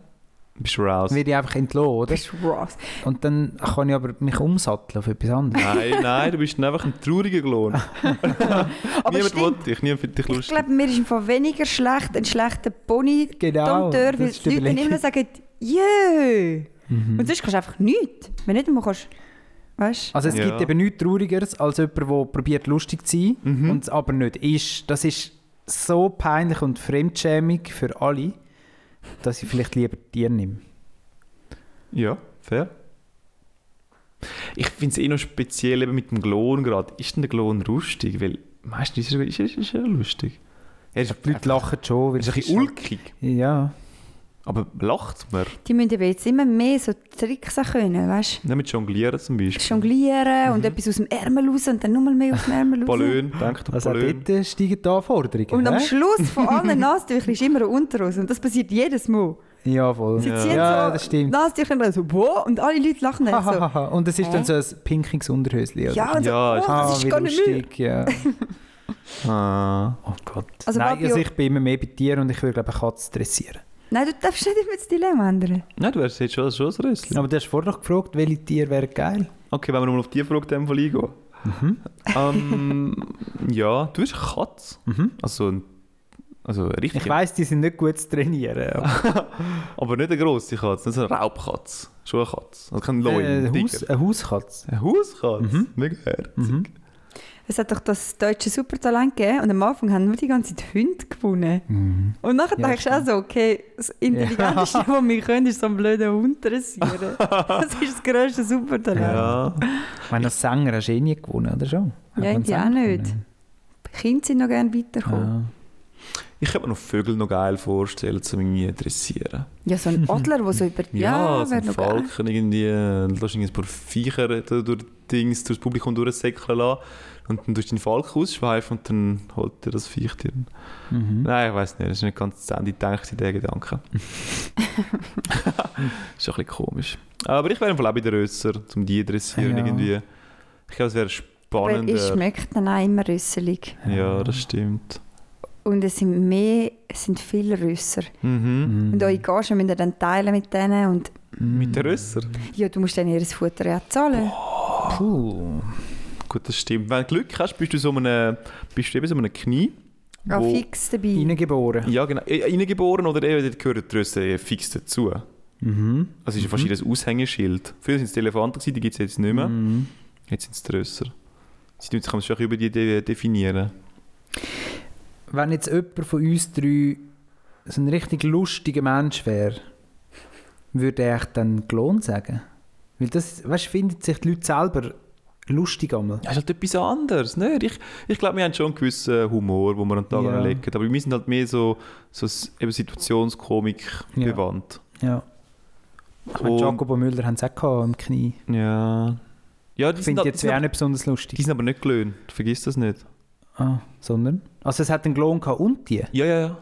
S3: Bist du raus?
S5: Werde ich einfach entlassen, oder?
S4: Bist du raus.
S5: Und dann kann ich aber mich umsatteln auf etwas anderes.
S3: Nein, nein, du bist einfach ein trauriger Klon.
S4: Aber
S3: Niemand
S4: stimmt,
S3: will dich, niemand findet dich
S4: ich
S3: lustig.
S4: glaube, mir ist im Fall weniger schlecht ein schlechter Pony
S5: Genau,
S4: Dompteur,
S5: das
S4: weil
S5: ist Mhm.
S4: die
S5: die
S4: Leute dann immer
S5: Überlegung.
S4: noch sagen, jö. Und sonst kannst du einfach nichts. Wenn nicht, dann kannst du, weißt du,
S5: Also es
S3: Ja.
S5: gibt eben nichts Traurigeres als jemand, der probiert lustig zu sein und es aber nicht ist. Das ist so peinlich und fremdschämig für alle, dass ich vielleicht lieber Tier nehme.
S3: Ja, fair. Ich finde es eh noch speziell eben mit dem Glon gerade. Ist denn der Glon lustig? Weil meistens ist er, ist er, ist er lustig. Er ist,
S5: Die Leute lachen schon.
S3: Er
S5: Weil
S3: ist ein bisschen ulkig.
S5: Ja.
S3: Aber lacht man?
S4: die müssen eben jetzt immer mehr so Tricks auch können, weißt
S3: Nicht mit Jonglieren zum
S4: du.
S3: Beispiel.
S4: Jonglieren
S5: Mhm.
S4: und etwas aus dem Ärmel raus und dann nochmal mehr aus dem Ärmel raus.
S3: Ballon, denkt an
S5: Also auch
S3: Ballon.
S5: dort äh, steigen die Anforderungen.
S4: Und am
S5: hä?
S4: Schluss von allen Nasentüchern ist immer ein Unterhose. Und das passiert jedes Mal.
S5: Ja, voll.
S4: Sie
S5: Ja,
S4: ziehen so
S5: das stimmt.
S4: Nasentücher und so, wow, und alle Leute lachen dann so.
S5: Hahaha. Und es ist dann
S4: Hä?
S5: so ein pinkiges Unterhösli. oder?
S4: Ja, und so,
S3: Ja,
S4: oh,
S3: ist-
S5: Ah,
S4: das
S5: wie
S4: ist gar nicht mehr.
S5: lustig. Ja.
S3: Ah. Oh Gott.
S4: Also,
S5: Nein,
S4: Fabio,
S5: also ich bin immer mehr bei Tieren und ich würde glaube ich eine Katze dressieren.
S4: nein, du darfst nicht immer das Dilemma ändern.
S3: Nein, du wärst jetzt schon, schon ein Rössli.
S5: Aber du hast vorher noch gefragt, welche Tiere wären geil.
S3: Okay, wenn wir nochmal auf die Frage in dem Fall eingehen. Mhm. Ähm, ja, du bist eine Katze. Also, ein, also eine
S5: Ich
S3: richtige.
S5: weiss, die sind nicht gut zu trainieren. aber-
S3: Aber nicht eine grosse Katze, nicht so eine Raubkatze. Schon eine Katze. Also kein Leu,
S5: Äh,
S3: ein
S5: eine,
S3: Tiger.
S5: Haus, eine Hauskatze.
S3: Eine Hauskatze? Mega herzig.
S4: Es hat doch das deutsche Supertalent gegeben und am Anfang haben nur die ganze Zeit Hunde gewonnen.
S3: Mhm.
S4: Und nachher
S5: Ja,
S4: denkst du auch so, okay, das Intelligenteste, was wir können, ist so einen blöden Hund dressieren. das ist das grösste Supertalent.
S3: Ja.
S5: Ich meine, als Sänger hast du eh nie gewonnen, oder schon?
S4: Ja,
S5: Hat man
S4: irgendwie auch
S5: Sänger Ah,
S4: nicht.
S5: gewonnen?
S4: Kinder sind noch gerne weitergekommen.
S5: Ja.
S3: Ich könnte mir noch Vögel noch geil vorstellen, zu mir dressieren.
S4: Ja, so ein Adler, der so über die
S3: Ja,
S4: ja,
S3: so
S4: wäre
S3: ein
S4: noch geil.
S3: Falken irgendwie. äh, Du lässt irgendwie ein paar Viecher da durch, Dings, durch das Publikum durchsäckeln lassen. Und dann tust du den Falken ausschweifen und dann holt dir das Viech dir.
S5: mhm.
S3: Nein, ich weiß nicht. Das ist nicht ganz zu Ende gedacht, dieser Gedanke. ist auch ein bisschen komisch. Aber ich wäre im Fall auch bei den Rösser, um die zu dressieren
S5: Ja.
S3: irgendwie. Ich glaube, es wäre
S4: Aber
S3: spannend.
S4: es schmeckt dann auch immer rüsselig.
S3: Ja, das stimmt.
S4: Und es sind mehr, es sind viele Rüsser.
S3: Mhm.
S4: Und eure Gagen müsst ihr dann teilen mit denen und
S5: Mhm.
S3: Mit den Rösser.
S4: ja, du musst dann ihr Futter ja zahlen.
S5: Puh.
S3: Gut, das stimmt. Wenn du Glück hast, bist du, so einem, bist du eben so einem Knie.
S4: Auch
S3: wo-
S4: fix dabei.
S5: Reingeboren.
S3: Ja, genau. Eh, Reingeboren oder eben, dort gehören die Rösser eh fix dazu.
S5: Mhm.
S3: Also es ist ja fast ein Aushängeschild. Früher sind es die Elefanten, gewesen, die gibt es jetzt nicht mehr.
S5: Mhm.
S3: Jetzt sind es die Rösser. Sie tun sich kann man schon ein bisschen über die de- definieren.
S5: Wenn jetzt jemand von uns drei so ein richtig lustiger Mensch wäre, würde er echt dann Klon sagen? Weil das, weißt, findet sich die Leute selber lustig einmal.
S3: Das ist halt etwas anderes. Nicht? Ich, ich glaube, wir haben schon einen gewissen Humor, den wir an den Tag
S5: Ja.
S3: anlegen. Aber wir sind halt mehr so, so s- eben Situationskomik
S5: Ja.
S3: bewandt.
S5: Ja. Ich meine,
S3: Und-
S5: Jacobo Müller haben es auch gehabt am Knie.
S3: Ja. Ja, die sind,
S5: Ich finde
S3: halt,
S5: jetzt
S3: die, sind
S5: auch
S3: aber,
S5: nicht besonders lustig.
S3: die sind aber nicht gelöhnt. Vergiss das nicht.
S5: Ah, sondern? Also es hat einen Klon gehabt und die?
S3: Ja, ja, ja.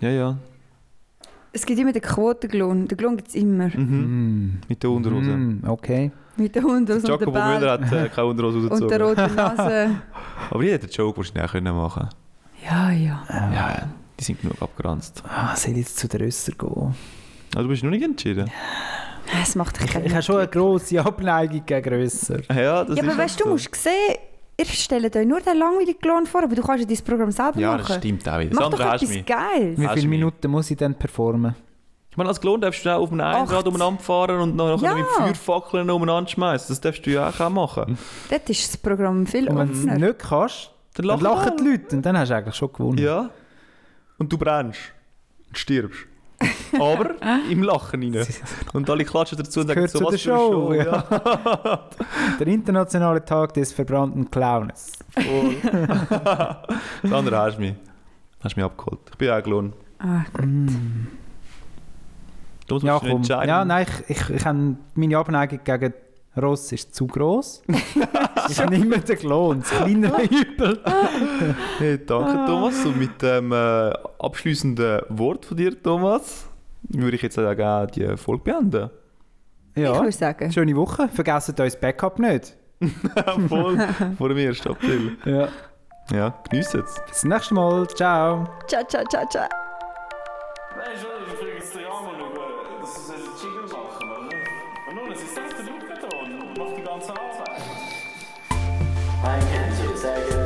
S3: Ja, ja.
S4: Es gibt immer den Quotenglon. Den Glon gibt es immer.
S3: Hm.
S5: Mhm.
S3: Mit der Unterhose.
S5: Mm, okay.
S4: Mit den Hunden aus und
S3: Jacobo
S4: den Bällen
S3: Müller hat äh, keine Unterhose
S4: und der
S3: rausgezogen.
S4: roten Nase.
S3: Aber die hätte den Joke wahrscheinlich auch können machen
S4: ja, ja.
S3: können. Ja, die sind genug abgeranzt.
S5: Ah, soll ich jetzt zu den Rösser gehen?
S3: Also du bist noch nicht entschieden.
S4: Nein, Es macht dich
S5: Ich habe schon eine grosse Abneigung gegen Rösser.
S3: Ja, ja das
S4: Ja,
S3: ist
S4: aber weißt du,
S3: so.
S4: du musst sehen, ihr stellt euch nur den langweiligen Glon vor, aber du kannst ja dein Programm selber
S3: Ja, das
S4: machen.
S3: stimmt auch wieder.
S4: Mach
S3: Sandra,
S4: doch
S3: hast du
S4: etwas
S3: mich?
S4: Geiles.
S5: Wie
S3: Hast
S5: viele
S3: du mich?
S5: Minuten muss ich dann performen?
S3: Ich meine, als Klon darfst du auch auf einem Einrad
S4: Acht.
S3: umeinander fahren und noch
S4: Ja. Hm.
S3: nachher mit Feuerfackeln umeinander schmeißen. Das darfst du ja auch machen.
S4: Dort ist das Programm viel
S5: Und wenn du
S4: offener.
S5: es nicht kannst,
S3: Dann
S5: dann
S3: lachen
S5: lachen die
S3: alle.
S5: Leute und dann hast du eigentlich schon gewonnen.
S3: Ja. Und du brennst. Und stirbst. Aber im Lachen rein. Und alle klatschen dazu und sagen,
S5: gehört
S3: so
S5: zu
S3: was
S5: der
S3: für eine
S5: Show,
S3: Show.
S5: ja.
S3: Ja.
S5: Der internationale Tag des verbrannten Clowns.
S3: Voll. Sandra, hast du mich? Hast du mich abgeholt? Ich bin auch gelohnt.
S4: Ah, gut.
S3: Du musst
S5: Ja,
S3: dich
S5: komm.
S3: entscheiden.
S5: Ja, nein, ich, ich, ich habe meine Abneigung gegen Ross ist zu gross. ich nehme den Clown, das kleinere Übel.
S3: Hey, danke, Thomas. Und mit dem äh, abschließenden Wort von dir, Thomas, würde ich jetzt auch gerne die Folge beenden.
S4: Ich
S5: Ja,
S4: würde sagen.
S5: schöne Woche. Vergesst euch das Backup nicht.
S3: Voll. Vor dem 1. April.
S5: Ja.
S3: Ja, geniessen es.
S5: Bis zum nächsten Mal. Ciao.
S4: Ciao, ciao, ciao, ciao.
S1: Nein, schon, ich bringe es dir an, schauen. Das ist ein Jingle machen, oder? Und nun, es ist selbst der Lukaton und macht die ganze Arbeit.
S2: I can't say it's again.